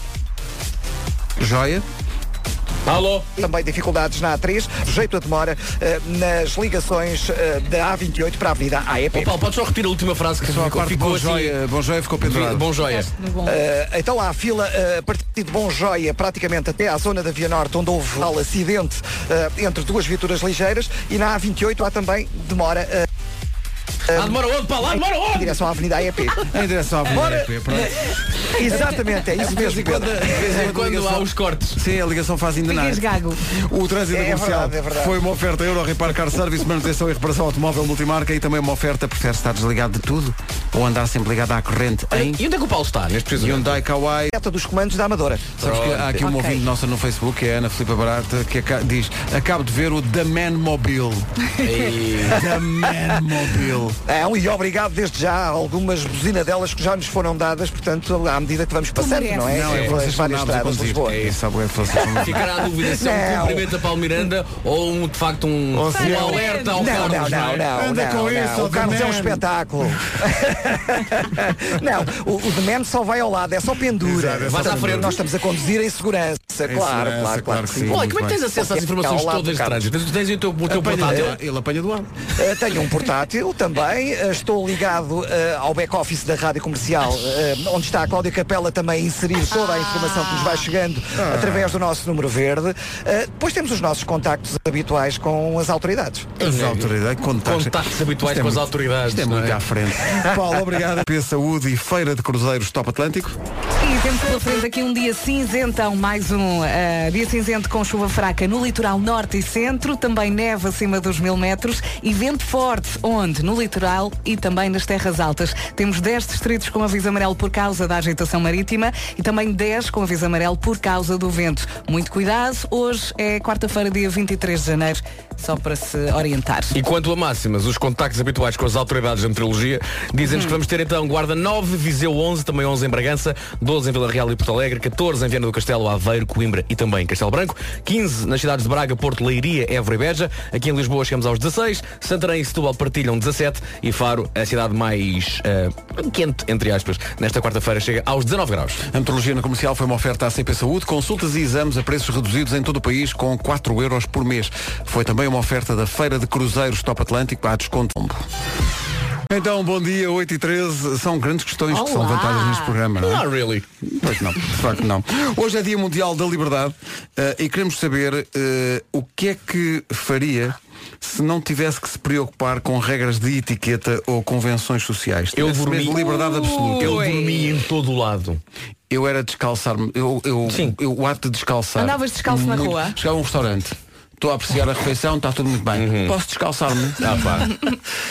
Speaker 1: Joia.
Speaker 9: Alô?
Speaker 3: Também dificuldades na A3, jeito a demora eh, nas ligações eh, da A28 para a Avenida AEP.
Speaker 9: Oh Paulo, podes só repetir a última frase que
Speaker 1: Só a
Speaker 9: ficou,
Speaker 1: parte
Speaker 9: ficou
Speaker 1: bom,
Speaker 9: assim.
Speaker 1: joia, bom joia ficou pendurado.
Speaker 9: Bom joia.
Speaker 2: No bom.
Speaker 3: Eh, então há a fila eh, a partir de Bom Joia, praticamente até à zona da Via Norte, onde houve tal acidente eh, entre duas viaturas ligeiras, e na A28 há também demora eh,
Speaker 1: É.
Speaker 9: Ah, demora onde, Paulo? Ah, demora
Speaker 3: em
Speaker 9: onde?
Speaker 3: direção à Avenida AEP.
Speaker 1: Em direção à
Speaker 3: Bora.
Speaker 1: Avenida EP, pronto.
Speaker 3: Exatamente, é isso mesmo, Pedro.
Speaker 9: É Quando há os cortes.
Speaker 1: Sim, a ligação faz ainda nada.
Speaker 2: Ficas gago.
Speaker 1: O trânsito
Speaker 3: É
Speaker 1: comercial
Speaker 3: verdade, é verdade.
Speaker 1: foi uma oferta Euro Repar Car Service, manutenção e reparação automóvel multimarca e também uma oferta, prefere estar desligado de tudo ou andar sempre ligado à corrente em
Speaker 9: E onde é que o Paulo está neste preciso momento?
Speaker 1: Hyundai Kauai.
Speaker 3: Reta dos comandos da Amadora.
Speaker 1: Sabes que há aqui uma
Speaker 2: Ok.
Speaker 1: ouvinte nossa no Facebook, que é a Ana Filipa Barata, que aca- diz, acabo de ver o The Man Mobile. The Man Mobile.
Speaker 3: É, e obrigado desde já a algumas buzinas delas que já nos foram dadas, portanto, à medida que vamos passando,
Speaker 2: mereces.
Speaker 3: não é?
Speaker 1: Não, é
Speaker 3: Pelas
Speaker 1: vocês são
Speaker 3: várias
Speaker 1: nabos a
Speaker 3: estradas de
Speaker 1: conduzir.
Speaker 3: Lisboa.
Speaker 1: É isso, sabe, é vocês são nabos.
Speaker 9: Ficará a dúvida se é um
Speaker 3: Não.
Speaker 9: cumprimento a Paulo Miranda ou um, de facto um,
Speaker 1: Ou
Speaker 9: um
Speaker 1: se é um-
Speaker 9: alerta ao
Speaker 3: Não,
Speaker 9: Carlos.
Speaker 3: não, não,
Speaker 9: é?
Speaker 3: não.
Speaker 1: Anda
Speaker 3: não,
Speaker 1: com
Speaker 3: não.
Speaker 1: isso,
Speaker 3: o Carlos é um
Speaker 1: Demand.
Speaker 3: espetáculo. não, o, o Demand só vai ao lado, é só pendura.
Speaker 1: Exato, é só
Speaker 9: Vais à
Speaker 3: Portanto,
Speaker 9: frente.
Speaker 3: Nós estamos a conduzir em segurança. claro,
Speaker 1: segurança,
Speaker 3: claro, claro que sim.
Speaker 9: Olha,
Speaker 1: Muito
Speaker 9: como é que
Speaker 1: bem.
Speaker 9: tens acesso às informações
Speaker 3: Ao lado
Speaker 9: todas
Speaker 3: do
Speaker 9: de
Speaker 3: Carlos.
Speaker 9: trânsito? Tens- Tens o teu, o teu portátil?
Speaker 1: Apanha- Ele apanha do ar.
Speaker 3: Eh, tenho um portátil também, eh, estou ligado eh, ao back-office da Rádio Comercial, eh, onde está a Cláudia Capela também a inserir toda a informação que nos vai chegando através do nosso número verde. Eh, depois temos os nossos contactos habituais com as autoridades.
Speaker 1: As autoridades, É contactos.
Speaker 9: é. Contactos habituais
Speaker 1: Isto é
Speaker 9: com as
Speaker 1: muito-
Speaker 9: autoridades,
Speaker 1: Isto é
Speaker 9: não
Speaker 1: muito
Speaker 9: é?
Speaker 1: à frente. Paulo, obrigado. P Saúde e Feira de Cruzeiros Top Atlântico.
Speaker 2: E temos pela frente aqui um dia cinzentão, mais um ah, dia cinzento com chuva fraca no litoral norte e centro, também neve acima dos mil metros e vento forte, onde? No litoral e também nas terras altas. Temos 10 distritos com aviso amarelo por causa da agitação marítima e também 10 com aviso amarelo por causa do vento. Muito cuidado, hoje é quarta-feira, dia 23 de janeiro, só para se orientar.
Speaker 9: E quanto a máximas, os contactos habituais com as autoridades da meteorologia dizem-nos que vamos ter então Guarda 9, Viseu 11, também 11 em Bragança, 12 em Vila Real e Porto Alegre, 14 em Viana do Castelo, Aveiro, Coimbra e também Castelo Branco, 15 nas cidades de Braga, Porto, Leiria, Évora e Beja, aqui em Lisboa chegamos aos 16, Santarém e Setúbal partilham 17 e Faro, a cidade mais eh, quente, entre aspas, nesta quarta-feira chega aos 19 graus.
Speaker 1: A metrologia na comercial foi uma oferta à CP Saúde, consultas e exames a preços reduzidos em todo o país com 4 euros por mês. Foi também uma oferta da Feira de Cruzeiros Top Atlântico a desconto. Então, bom dia, 8 e 13. São grandes questões que são
Speaker 2: Olá.
Speaker 1: levantadas neste programa, não é?
Speaker 9: Not really.
Speaker 1: Pois não, de facto não. Hoje é Dia Mundial da Liberdade eh, e queremos saber eh, o que é que faria se não tivesse que se preocupar com regras de etiqueta ou convenções sociais.
Speaker 9: Eu
Speaker 1: Tivesse
Speaker 9: dormi-
Speaker 1: mesmo liberdade absoluta.
Speaker 9: Eu dormi em todo o lado.
Speaker 1: Eu era descalçar-me, eu, eu,
Speaker 9: Sim.
Speaker 1: eu o ato de descalçar.
Speaker 2: Andavas descalço na
Speaker 1: muito-
Speaker 2: rua?
Speaker 1: Chegava a um restaurante. Estou a apreciar a refeição, está tudo muito bem. Posso descalçar-me? Ah, pá.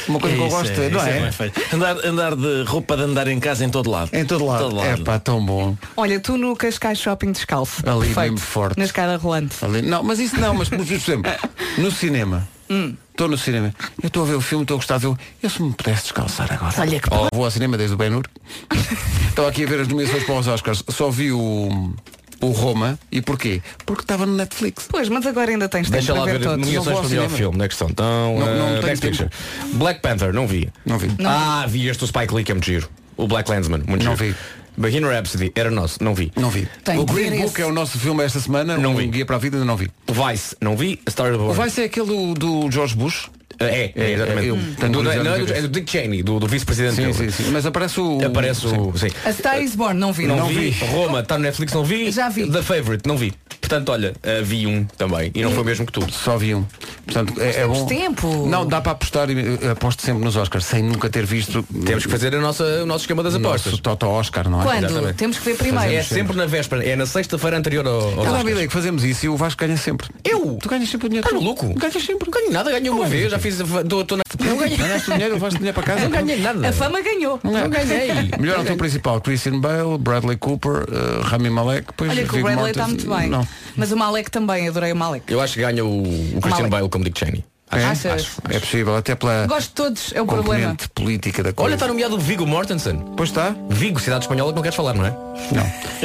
Speaker 1: Uma coisa que eu
Speaker 8: Isso
Speaker 1: gosto,
Speaker 8: é,
Speaker 1: não
Speaker 8: isso é
Speaker 1: é?
Speaker 8: bem feito. andar, andar de roupa de andar em casa em todo lado.
Speaker 1: Em todo lado. É pá, tão bom.
Speaker 2: Olha, tu no Cascais Shopping descalço.
Speaker 1: Ali
Speaker 2: Perfeito.
Speaker 1: mesmo forte.
Speaker 2: Na escada rolante.
Speaker 1: Ali- Não, mas isso não, mas por exemplo, no cinema.
Speaker 2: Hum.
Speaker 1: Estou no cinema. Eu estou a ver o filme, estou a gostar de ver. o- Eu se me pudesse descalçar agora.
Speaker 4: Olha que
Speaker 1: Oh, vou ao cinema desde o Ben Hur. Estou aqui a ver as nomeações para os Oscars. Só vi o, o Roma. E porquê? Porque estava no Netflix.
Speaker 2: Pois, mas agora ainda tens tempo
Speaker 9: Deixa
Speaker 2: para
Speaker 9: lá
Speaker 2: ver,
Speaker 9: ver
Speaker 2: todos.
Speaker 1: Não vou
Speaker 9: nomeações
Speaker 1: ao
Speaker 9: para o melhor
Speaker 1: cinema.
Speaker 9: filme, não é questão. Então,
Speaker 1: Não-
Speaker 9: eh,
Speaker 1: não tenho
Speaker 9: Best
Speaker 1: tempo.
Speaker 9: Picture. Black Panther, não vi.
Speaker 1: Não vi.
Speaker 9: Ah, vi este do Spike Lee que é muito giro. O Black Landsman, muito
Speaker 1: Não
Speaker 9: giro.
Speaker 1: vi.
Speaker 9: Bohemian Rhapsody, era nosso, não vi.
Speaker 1: Não vi.
Speaker 2: Tem
Speaker 1: o
Speaker 2: que
Speaker 1: Green
Speaker 2: ver
Speaker 1: Book
Speaker 2: esse.
Speaker 1: é o nosso filme esta semana.
Speaker 9: Não
Speaker 1: um
Speaker 9: vi.
Speaker 1: guia para a vida, ainda não vi.
Speaker 9: O Vice, não vi. A Star
Speaker 1: O
Speaker 9: Wars.
Speaker 1: Vice é aquele do, do George Bush.
Speaker 9: É, é, exatamente.
Speaker 1: eu tenho
Speaker 9: Do- não, não,
Speaker 1: curiosidade de
Speaker 9: é
Speaker 1: ver
Speaker 9: do- é do
Speaker 1: isso.
Speaker 9: Dick Cheney, do, do vice-presidente.
Speaker 1: Sim,
Speaker 9: dele.
Speaker 1: sim, sim. Mas aparece o.
Speaker 9: Aparece
Speaker 1: Sim. Assim,
Speaker 9: o. Sim.
Speaker 2: A Star is Born, não vi.
Speaker 9: Não,
Speaker 2: Não.
Speaker 9: vi. Roma, está no Netflix, não vi.
Speaker 2: Já vi.
Speaker 9: The Favorite, não vi. Portanto, olha, eh, vi um também. E não foi o mesmo que tu.
Speaker 1: Só vi um. Portanto, é, é
Speaker 2: temos
Speaker 1: bom.
Speaker 2: tempo.
Speaker 1: Não, dá para apostar, e, eh, aposto sempre nos Oscars, sem nunca ter visto.
Speaker 9: Temos que fazer a nossa, o nosso esquema das apostas.
Speaker 1: Nosso Toto Oscar, não é?
Speaker 2: Quando?
Speaker 9: Exatamente.
Speaker 2: Temos que ver primeiro.
Speaker 9: É sempre na véspera, é na sexta-feira anterior ao. ao
Speaker 1: Eu dá
Speaker 9: Oscars.
Speaker 1: uma ideia que fazemos isso e o Vasco ganha sempre.
Speaker 9: Eu?
Speaker 1: Tu ganhas sempre o dinheiro.
Speaker 9: Estás maluco?
Speaker 1: Ganhas sempre.
Speaker 9: Ganho nada, ganhei uma vez, já fiz. Tô, tô na... Não ganhei.
Speaker 1: Ganhaste o dinheiro, levaste o dinheiro para casa.
Speaker 9: é?
Speaker 1: é?
Speaker 9: Não ganhei nada.
Speaker 2: A fama ganhou.
Speaker 9: Não ganhei.
Speaker 1: Melhor ator principal, Christian Bale, Bradley Cooper, eh, Rami Malek, depois
Speaker 2: Olha que o
Speaker 1: Viggo
Speaker 2: Bradley está
Speaker 1: Mortensen.
Speaker 2: muito bem.
Speaker 1: Não.
Speaker 2: Mas o Malek também, adorei o Malek.
Speaker 9: Eu acho que ganha o, o Christian
Speaker 2: Malek.
Speaker 9: Bale como Dick Cheney.
Speaker 1: É?
Speaker 2: Achas?
Speaker 1: Acho, é possível, até pela
Speaker 2: Gosto de todos, é o problema. tá
Speaker 1: componente política da coisa.
Speaker 9: Olha, está nomeado o Vigo Mortensen.
Speaker 1: Pois está?
Speaker 9: Vigo, cidade espanhola que não queres falar, não é?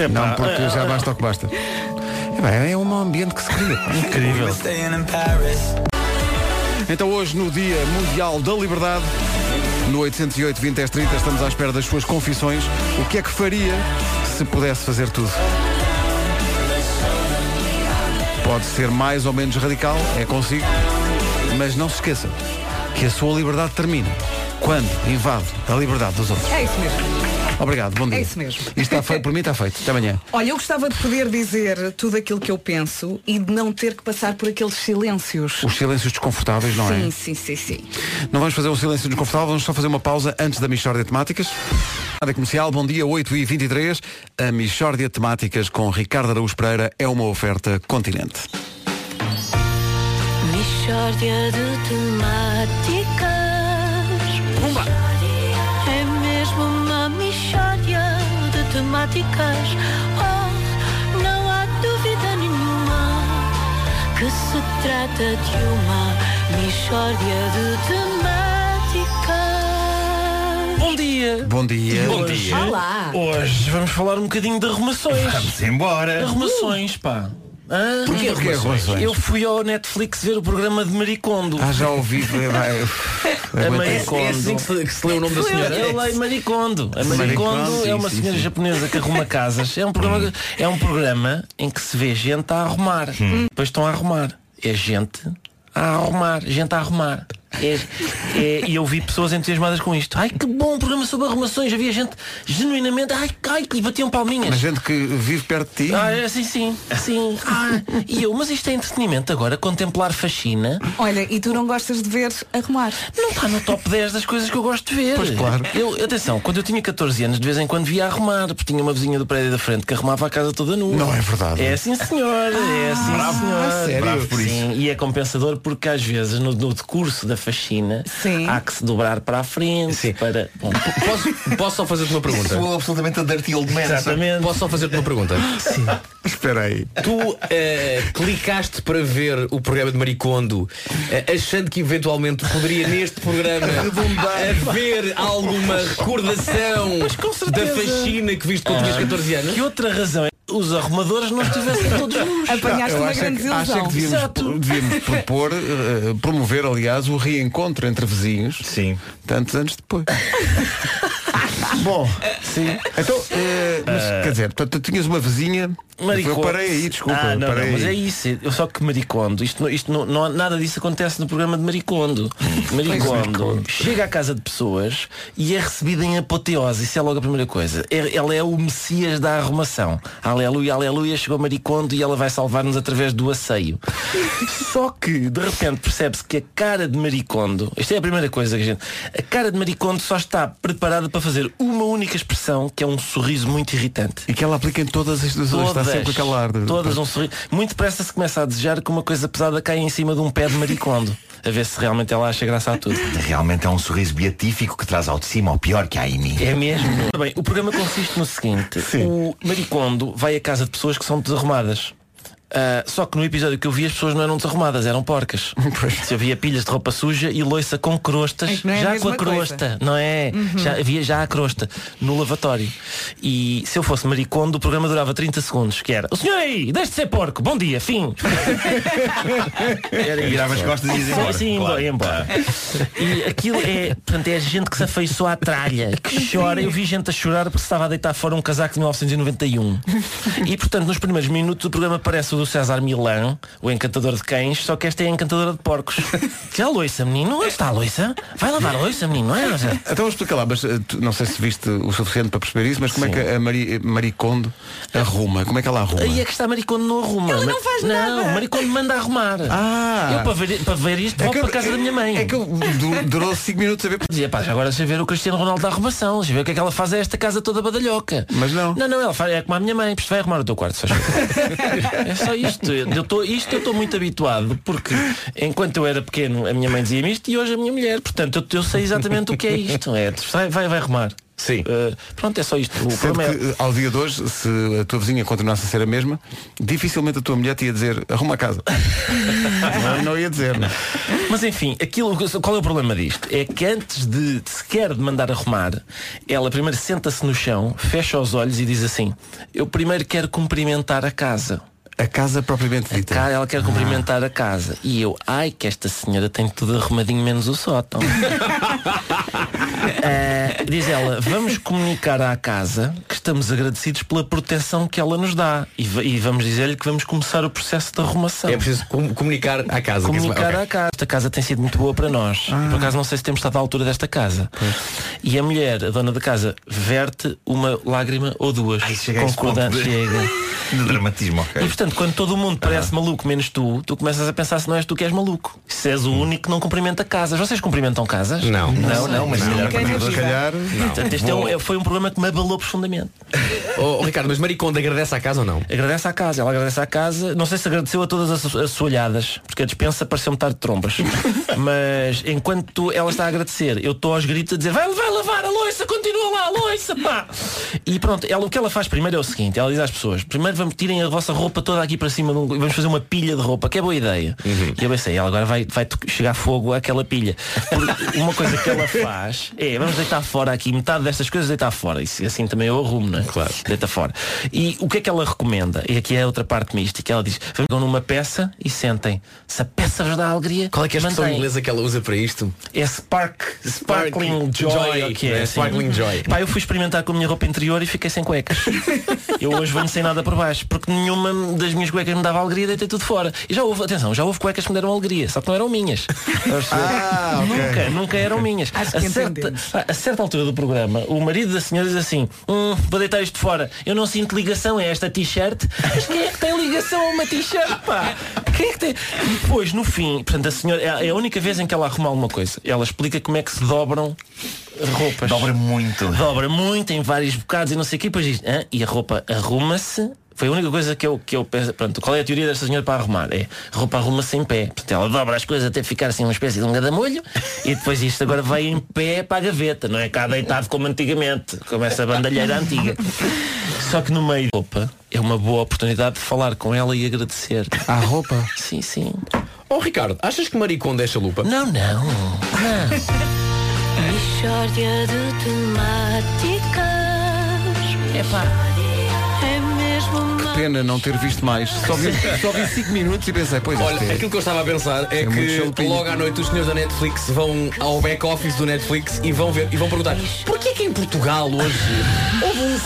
Speaker 1: Não. não, porque já basta o que basta. É, bem, é um mau ambiente que se cria.
Speaker 8: Incrível.
Speaker 1: Então hoje, no Dia Mundial da Liberdade, no 808 20 10 30, estamos à espera das suas confissões. O que é que faria se pudesse fazer tudo? Pode ser mais ou menos radical, é consigo, mas não se esqueça que a sua liberdade termina quando invade a liberdade dos outros.
Speaker 2: É isso mesmo.
Speaker 1: Obrigado, bom dia.
Speaker 2: É isso mesmo.
Speaker 1: Isto está feito, por mim está feito. Até amanhã.
Speaker 2: Olha, eu gostava de poder dizer tudo aquilo que eu penso e de não ter que passar por aqueles silêncios.
Speaker 1: Os silêncios desconfortáveis, não é?
Speaker 2: Sim, sim, sim, sim.
Speaker 1: Não vamos fazer um silêncio desconfortável, vamos só fazer uma pausa antes da Michórdia de Temáticas. Rádio Comercial, bom dia, 8 e 23 A Michórdia de Temáticas com Ricardo Araújo Pereira é uma oferta continente.
Speaker 4: Michórdia de temáticas. Pumba! É mesmo uma michórdia de temáticas. Oh, não há dúvida nenhuma que se trata de uma michórdia de temáticas.
Speaker 8: Bom Um dia.
Speaker 1: Bom dia.
Speaker 8: dia.
Speaker 4: Olá!
Speaker 8: Hoje vamos falar um bocadinho de arrumações. Vamos embora. Arrumações, pá. Ah,
Speaker 1: Porquê arrumações?
Speaker 8: Eu fui ao Netflix ver o programa de Maricondo.
Speaker 1: Ah, já ouvi. é,
Speaker 8: A
Speaker 1: Aguentei.
Speaker 8: Maricondo.
Speaker 9: se, é assim que se lê o nome da
Speaker 8: Eu leio Maricondo. é A
Speaker 1: Maricondo,
Speaker 8: Maricondo
Speaker 1: sim,
Speaker 8: é uma
Speaker 1: sim,
Speaker 8: senhora
Speaker 1: sim.
Speaker 8: japonesa que arruma casas. É um
Speaker 9: Hum.
Speaker 8: programa, é um programa em que se vê gente a arrumar.
Speaker 9: Hum.
Speaker 8: Depois estão a arrumar. É gente a arrumar. Gente a arrumar. É- é- e eu vi pessoas entusiasmadas com isto. Ai que bom um programa sobre arrumações. Havia gente genuinamente. Ai, ai que lhe batiam palminhas.
Speaker 1: Mas gente que vive perto de ti.
Speaker 8: Ah, é, sim, sim, sim. Ah, e eu, mas isto é entretenimento agora, contemplar faxina.
Speaker 2: Olha, e tu não gostas de ver arrumar?
Speaker 8: Não está no top 10 das coisas que eu gosto de ver.
Speaker 1: Pois, claro.
Speaker 8: Eu, atenção, quando eu tinha 14 anos, de vez em quando via arrumar, porque tinha uma vizinha do prédio da frente que arrumava a casa toda nua.
Speaker 1: Não é verdade.
Speaker 8: É sim senhor, é sim senhor.
Speaker 1: sério? Bravo por
Speaker 8: Sim, e é compensador porque às vezes no, no decurso da fascina,
Speaker 2: Sim.
Speaker 8: há que se dobrar para a frente,
Speaker 9: Sim.
Speaker 8: para. Bom,
Speaker 9: Posso, posso só fazer-te uma pergunta?
Speaker 6: Soou absolutamente a Dirty Old Man. sabe?
Speaker 8: exatamente.
Speaker 9: Posso só fazer-te uma pergunta?
Speaker 6: Espera aí.
Speaker 9: Tu eh, clicaste para ver o programa de Maricondo eh, achando que eventualmente poderia neste programa haver alguma recordação
Speaker 8: com
Speaker 9: da
Speaker 8: certeza. Ah.
Speaker 9: fascina que viste quando tinhas 14 anos?
Speaker 8: Que outra razão é que os arrumadores não estivessem todos nus.
Speaker 2: Apanhaste
Speaker 1: Eu
Speaker 2: uma
Speaker 1: acho é
Speaker 2: grande
Speaker 1: que, acho
Speaker 2: desilusão.
Speaker 1: é que devíamos,
Speaker 8: Exato.
Speaker 1: devíamos propor, eh, promover, aliás, o reencontro entre vizinhos.
Speaker 6: Sim.
Speaker 1: Tantos anos depois. Bom, então, eh, mas,
Speaker 8: Ah.
Speaker 1: quer dizer, portanto, tu tinhas uma vizinha.
Speaker 8: Maricondo.
Speaker 1: Eu parei aí, desculpa.
Speaker 8: Ah, não,
Speaker 1: parei
Speaker 8: não, mas
Speaker 1: aí.
Speaker 8: é isso. Eu só que Maricondo, isto, não- isto não, não há- nada disso acontece no programa de Maricondo.
Speaker 1: Hum.
Speaker 8: Maricondo chega à casa de pessoas e é recebida em apoteose. Isso é logo a primeira coisa. É- Ela é o Messias da arrumação. Aleluia, aleluia, chegou Maricondo e ela vai salvar-nos através do asseio. só que, de repente, percebe-se que a cara de Maricondo, isto é a primeira coisa que a gente. A cara de Maricondo só está preparada para fazer uma única expressão, que é um sorriso muito irritante
Speaker 1: E que ela aplica em todas as situações. Está sempre com aquela ar. de-
Speaker 8: todas um sorriso. Muito depressa se começa a desejar que uma coisa pesada caia em cima de um pé de maricondo. A ver se realmente ela acha graça a tudo.
Speaker 6: Realmente é um sorriso beatífico que traz ao de cima o pior que há em mim.
Speaker 8: É mesmo? Bem, o programa consiste no seguinte. O maricondo vai à casa de pessoas que são desarrumadas. Ah, só que no episódio que eu vi as pessoas não eram desarrumadas, eram porcas. Se havia pilhas de roupa suja e loiça com crostas,
Speaker 2: É que não é a
Speaker 8: já com
Speaker 2: mesma
Speaker 8: a crosta,
Speaker 2: coisa. Uhum.
Speaker 8: não é? Já havia já a crosta no lavatório. E se eu fosse maricondo, o programa durava 30 segundos, que era o senhor aí, deixe de ser porco, bom dia, fim. Era isso.
Speaker 6: Virava as costas e ia embora.
Speaker 8: Sim, embora, embora. E aquilo é, portanto, é gente que se afeiçoa à tralha, que chora. Eu vi gente a chorar porque se estava a deitar fora um casaco de 1991. E, portanto, nos primeiros minutos o programa parece o do César Milão, o encantador de cães, só que esta é a encantadora de porcos. Já a loiça, menino, onde está a loiça? Vai lavar a loiça, menino, não é? Loiça?
Speaker 1: Então explica lá, mas eh, tu- não sei se viste o suficiente para perceber isso, mas como é
Speaker 8: Sim.
Speaker 1: que a Mari, Maricondo arruma? Como é que ela arruma?
Speaker 8: Aí é que está Maricondo não arruma.
Speaker 2: Ela não faz nada.
Speaker 8: Não, Maricondo manda arrumar.
Speaker 1: Ah!
Speaker 8: Eu para ver, para ver isto,
Speaker 1: É
Speaker 8: volto
Speaker 1: que eu-
Speaker 8: para a casa da minha mãe.
Speaker 1: É que eu du- durou 5 minutos a ver.
Speaker 8: Dizia, pá, já agora deixa ver o Cristiano Ronaldo da arrumação, deixa ver o que é que ela faz a esta casa toda badalhoca.
Speaker 1: Mas não.
Speaker 8: Não, não, ela faz, é como a minha mãe, "Pois vai arrumar o teu quarto, se faz favor." É só isto. Eu tô, isto eu estou muito habituado, porque enquanto eu era pequeno a minha mãe dizia-me isto e hoje a minha mulher. Portanto, eu, eu sei exatamente o que é isto. É, tu sai, vai, vai arrumar.
Speaker 9: Sim.
Speaker 8: Eh, pronto, é só isto. O
Speaker 1: Sendo
Speaker 8: problema é-
Speaker 1: que eh, ao dia de hoje, se a tua vizinha continuasse a ser a mesma, dificilmente a tua mulher te ia dizer arruma a casa. não, não ia dizer. não.
Speaker 8: Mas enfim, aquilo, qual é o problema disto? É que antes de sequer de mandar arrumar, ela primeiro senta-se no chão, fecha os olhos e diz assim, eu primeiro quero cumprimentar a casa.
Speaker 1: A casa propriamente dita.
Speaker 8: Cara, ela quer cumprimentar a casa. E eu, ai que esta senhora tem tudo arrumadinho menos o sótão. Eh, diz ela, vamos comunicar à casa que estamos agradecidos pela proteção que ela nos dá. E, va- e vamos dizer-lhe que vamos começar o processo de arrumação
Speaker 9: É preciso com- comunicar à casa. que se vai-
Speaker 8: comunicar
Speaker 9: ok.
Speaker 8: à casa. Esta casa tem sido muito boa para nós.
Speaker 6: Ah.
Speaker 8: E por acaso não sei se temos estado à altura desta casa. E a mulher, a dona da casa, verte uma lágrima ou duas.
Speaker 6: Ai, chega a esse
Speaker 8: Concordante.
Speaker 6: ponto de-
Speaker 8: Chega.
Speaker 6: De dramatismo,
Speaker 8: E
Speaker 6: ok.
Speaker 8: portanto, quando todo mundo
Speaker 6: Ah.
Speaker 8: parece maluco, menos tu, tu começas a pensar se não és tu que és maluco. Se és o único que não cumprimenta casas. Vocês cumprimentam casas?
Speaker 9: Não.
Speaker 6: Hum. Não, não, mas se calhar
Speaker 2: Quem
Speaker 6: para
Speaker 2: nos
Speaker 1: Se
Speaker 6: todos-
Speaker 1: calhar.
Speaker 8: Portanto, este é um- é- foi um programa que me abalou profundamente.
Speaker 9: Oh, oh, Ricardo, mas Maricondo agradece à casa ou não?
Speaker 8: Agradece à casa, ela agradece à casa. Não sei se agradeceu a todas as assoalhadas, porque a dispensa pareceu-me estar de trombas. Mas enquanto ela está a agradecer, eu estou aos gritos a dizer vai, vai lavar a loiça, continua lá, a loiça, pá! E pronto, ela, o que ela faz primeiro é o seguinte, ela diz às pessoas, primeiro vamos tirem a vossa roupa toda aqui para cima de um- vamos fazer uma pilha de roupa, que é boa ideia.
Speaker 9: Uhum.
Speaker 8: E eu pensei, ela agora vai, vai to- chegar fogo àquela pilha. Porque uma coisa que ela faz é, vamos deitar fora aqui, metade destas coisas deitar fora. Isso, assim também eu arrumo, não é? Claro. Deita fora. E o que é que ela recomenda? E aqui é outra parte mística. Ela diz, vamos numa peça e sentem. Se a peça vos dá alegria,
Speaker 9: Qual é que é a expressão
Speaker 8: mantém.
Speaker 9: inglesa que ela usa para isto?
Speaker 8: É spark, sparkling joy. ou o que é,
Speaker 9: né?
Speaker 8: assim.
Speaker 9: Sparkling joy.
Speaker 8: Pá, eu fui experimentar com a minha roupa interior e fiquei sem cuecas. eu hoje venho sem nada por baixo, porque nenhuma das minhas cuecas me dava alegria, deitei tudo fora. E já houve, atenção, já houve cuecas que me deram alegria, só que não eram minhas.
Speaker 1: Ah, ok.
Speaker 8: Nunca, nunca eram minhas.
Speaker 2: Acho que
Speaker 8: a, certa,
Speaker 2: entendemos.
Speaker 8: Ah, a certa altura do programa, o marido da senhora diz assim, hum, vou deitar isto fora. Eu não sinto ligação a esta t-shirt. Mas quem é que tem ligação a uma t-shirt, pá? Quem é que tem? E depois, no fim, portanto, a senhora, é a única vez em que ela arruma alguma coisa. Ela explica como é que se dobram roupas.
Speaker 6: Dobra muito.
Speaker 8: Dobra muito em vários bocados e não sei o quê, depois diz, "Hã? e a roupa arruma-se Foi a única coisa que eu, que eu penso. Pronto, qual é a teoria desta senhora para arrumar? É roupa arruma-se em pé. Portanto, ela dobra as coisas até ficar assim uma espécie de um gadamolho e depois isto agora vai em pé para a gaveta, não é? Cá deitado como antigamente, como essa bandalheira antiga. Só que no meio da roupa é uma boa oportunidade de falar com ela e agradecer.
Speaker 5: À roupa?
Speaker 8: Sim, sim.
Speaker 9: Oh Ricardo, achas que Maricondo é chalupa?
Speaker 8: Não, não.
Speaker 7: Mishória de temáticas. É pá. É mesmo uma.
Speaker 1: Pena não ter visto mais. Só vi 5 minutos e pensei, pois
Speaker 9: Olha,
Speaker 1: este é.
Speaker 9: aquilo que eu estava a pensar é,
Speaker 1: É muito
Speaker 9: que
Speaker 1: chalupinho.
Speaker 9: logo à noite os senhores da Netflix vão ao back-office do Netflix e vão ver e vão perguntar porquê que em Portugal hoje houve um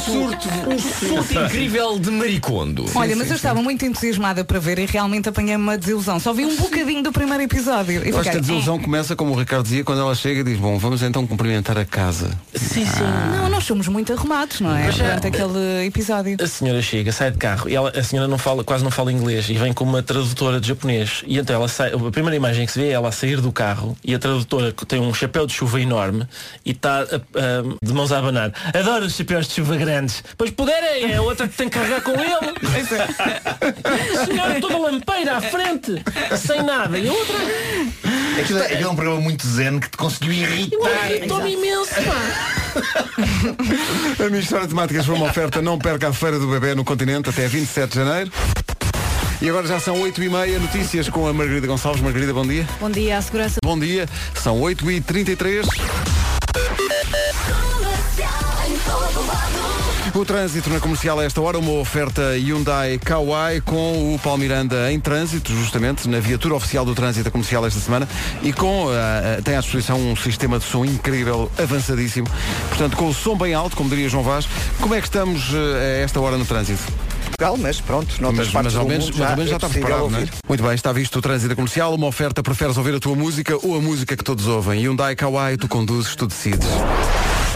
Speaker 9: surto, um surto incrível de maricondo?
Speaker 2: Olha, mas eu estava muito entusiasmada para ver e realmente apanhei uma desilusão. Só vi um bocadinho do primeiro episódio. E
Speaker 1: Eu acho
Speaker 2: fiquei,
Speaker 1: que a desilusão começa, como o Ricardo dizia, quando ela chega e diz, bom, vamos então cumprimentar a casa.
Speaker 8: Sim, sim.
Speaker 5: Ah.
Speaker 2: "Eh, Não, nós somos muito arrumados, não é? Durante aquele episódio.
Speaker 8: A senhora chega, sai de carro e ela, a senhora não fala, quase não fala inglês e vem com uma tradutora de japonês. E então ela sai, a primeira imagem que se vê é ela a sair do carro e a tradutora que tem um chapéu de chuva enorme e está a- a- de mãos a abanar. Adoro os chapéus de chuva grandes. Pois puderem, é a outra que tem que carregar com ele. senhora toda lampeira à frente, sem nada. E a outra
Speaker 6: Aquilo, é- aquilo é um programa muito zen que te conseguiu irritar.
Speaker 8: irritou-me imenso.
Speaker 1: A minha história de temáticas foi uma oferta, não perca a feira do bebê no continente até 27 de janeiro. E agora já são 8h30, notícias com a Margarida Gonçalves. Margarida, bom dia.
Speaker 10: Bom dia à segurança.
Speaker 1: Bom dia, são 8h33. O trânsito na comercial a esta hora, uma oferta Hyundai Kauai com o Palmiranda em trânsito, justamente na viatura oficial do trânsito da comercial esta semana e com, ah, ah, tem à disposição um sistema de som incrível, avançadíssimo. Portanto, com o som bem alto, como diria João Vaz, como é que estamos ah, a esta hora no trânsito?
Speaker 3: Portugal, mas pronto, noutras
Speaker 1: Mas,
Speaker 3: partes
Speaker 1: mas ao
Speaker 3: do
Speaker 1: menos,
Speaker 3: mundo
Speaker 1: mas ao menos já,
Speaker 3: é
Speaker 1: está
Speaker 3: possível
Speaker 1: preparado, não é?
Speaker 3: ouvir.
Speaker 1: Muito bem, está visto o trânsito comercial, uma oferta, preferes ouvir a tua música ou a música que todos ouvem. Hyundai Kauai, tu conduzes, tu decides.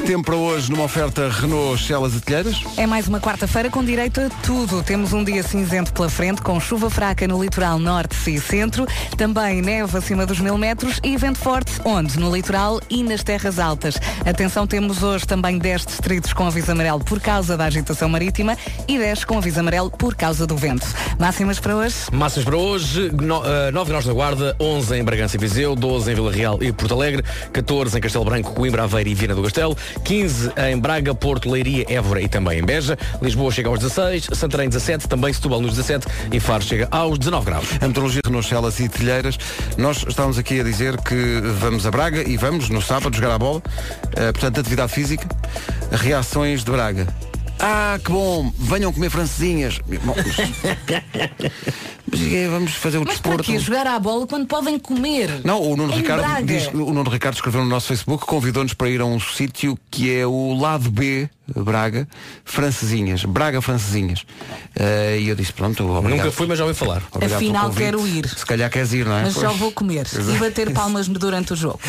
Speaker 1: Tempo para hoje numa oferta Renault Celas e Telheiras.
Speaker 2: É mais uma quarta-feira com direito a tudo. Temos um dia cinzento pela frente, com chuva fraca no litoral norte e centro, também neve acima dos mil metros e vento forte, onde? No litoral e nas terras altas. Atenção, temos hoje também 10 distritos com aviso amarelo por causa da agitação marítima e 10 com aviso amarelo por causa do vento. Máximas para hoje?
Speaker 9: Máximas para hoje, no- eh, 9 graus na Guarda, 11 em Bragança e Viseu, 12 em Vila Real e Porto Alegre, 14 em Castelo Branco, Coimbra, Aveiro e Viana do Castelo, 15 em Braga, Porto, Leiria, Évora e também em Beja, Lisboa chega aos 16, Santarém 17, também Setúbal nos 17 e Faro chega aos 19 graus.
Speaker 1: A meteorologia Renault Celas e Telheiras. Nós estávamos aqui a dizer que vamos a Braga e vamos no sábado jogar a bola. Eh, portanto, atividade física. Reações de Braga. Ah, que bom! Venham comer francesinhas. Bom, mas- mas, eh, vamos fazer o
Speaker 2: Mas para
Speaker 1: desporto.
Speaker 2: quê? Jogar à bola quando podem comer?
Speaker 1: Não, o Nuno,
Speaker 2: Em
Speaker 1: Ricardo
Speaker 2: Braga.
Speaker 1: diz- o Nuno Ricardo escreveu no nosso Facebook, convidou-nos para ir a um sítio que é o lado B, Braga, Francesinhas, Braga Francesinhas. Eh, e eu disse, pronto, obrigado.
Speaker 9: Nunca fui, mas já ouvi falar.
Speaker 1: Obrigado pelo
Speaker 2: Afinal,
Speaker 1: convite.
Speaker 2: quero ir.
Speaker 1: Se calhar queres ir, não é?
Speaker 2: Mas só
Speaker 1: Pois.
Speaker 2: vou comer e bater palmas durante o jogo.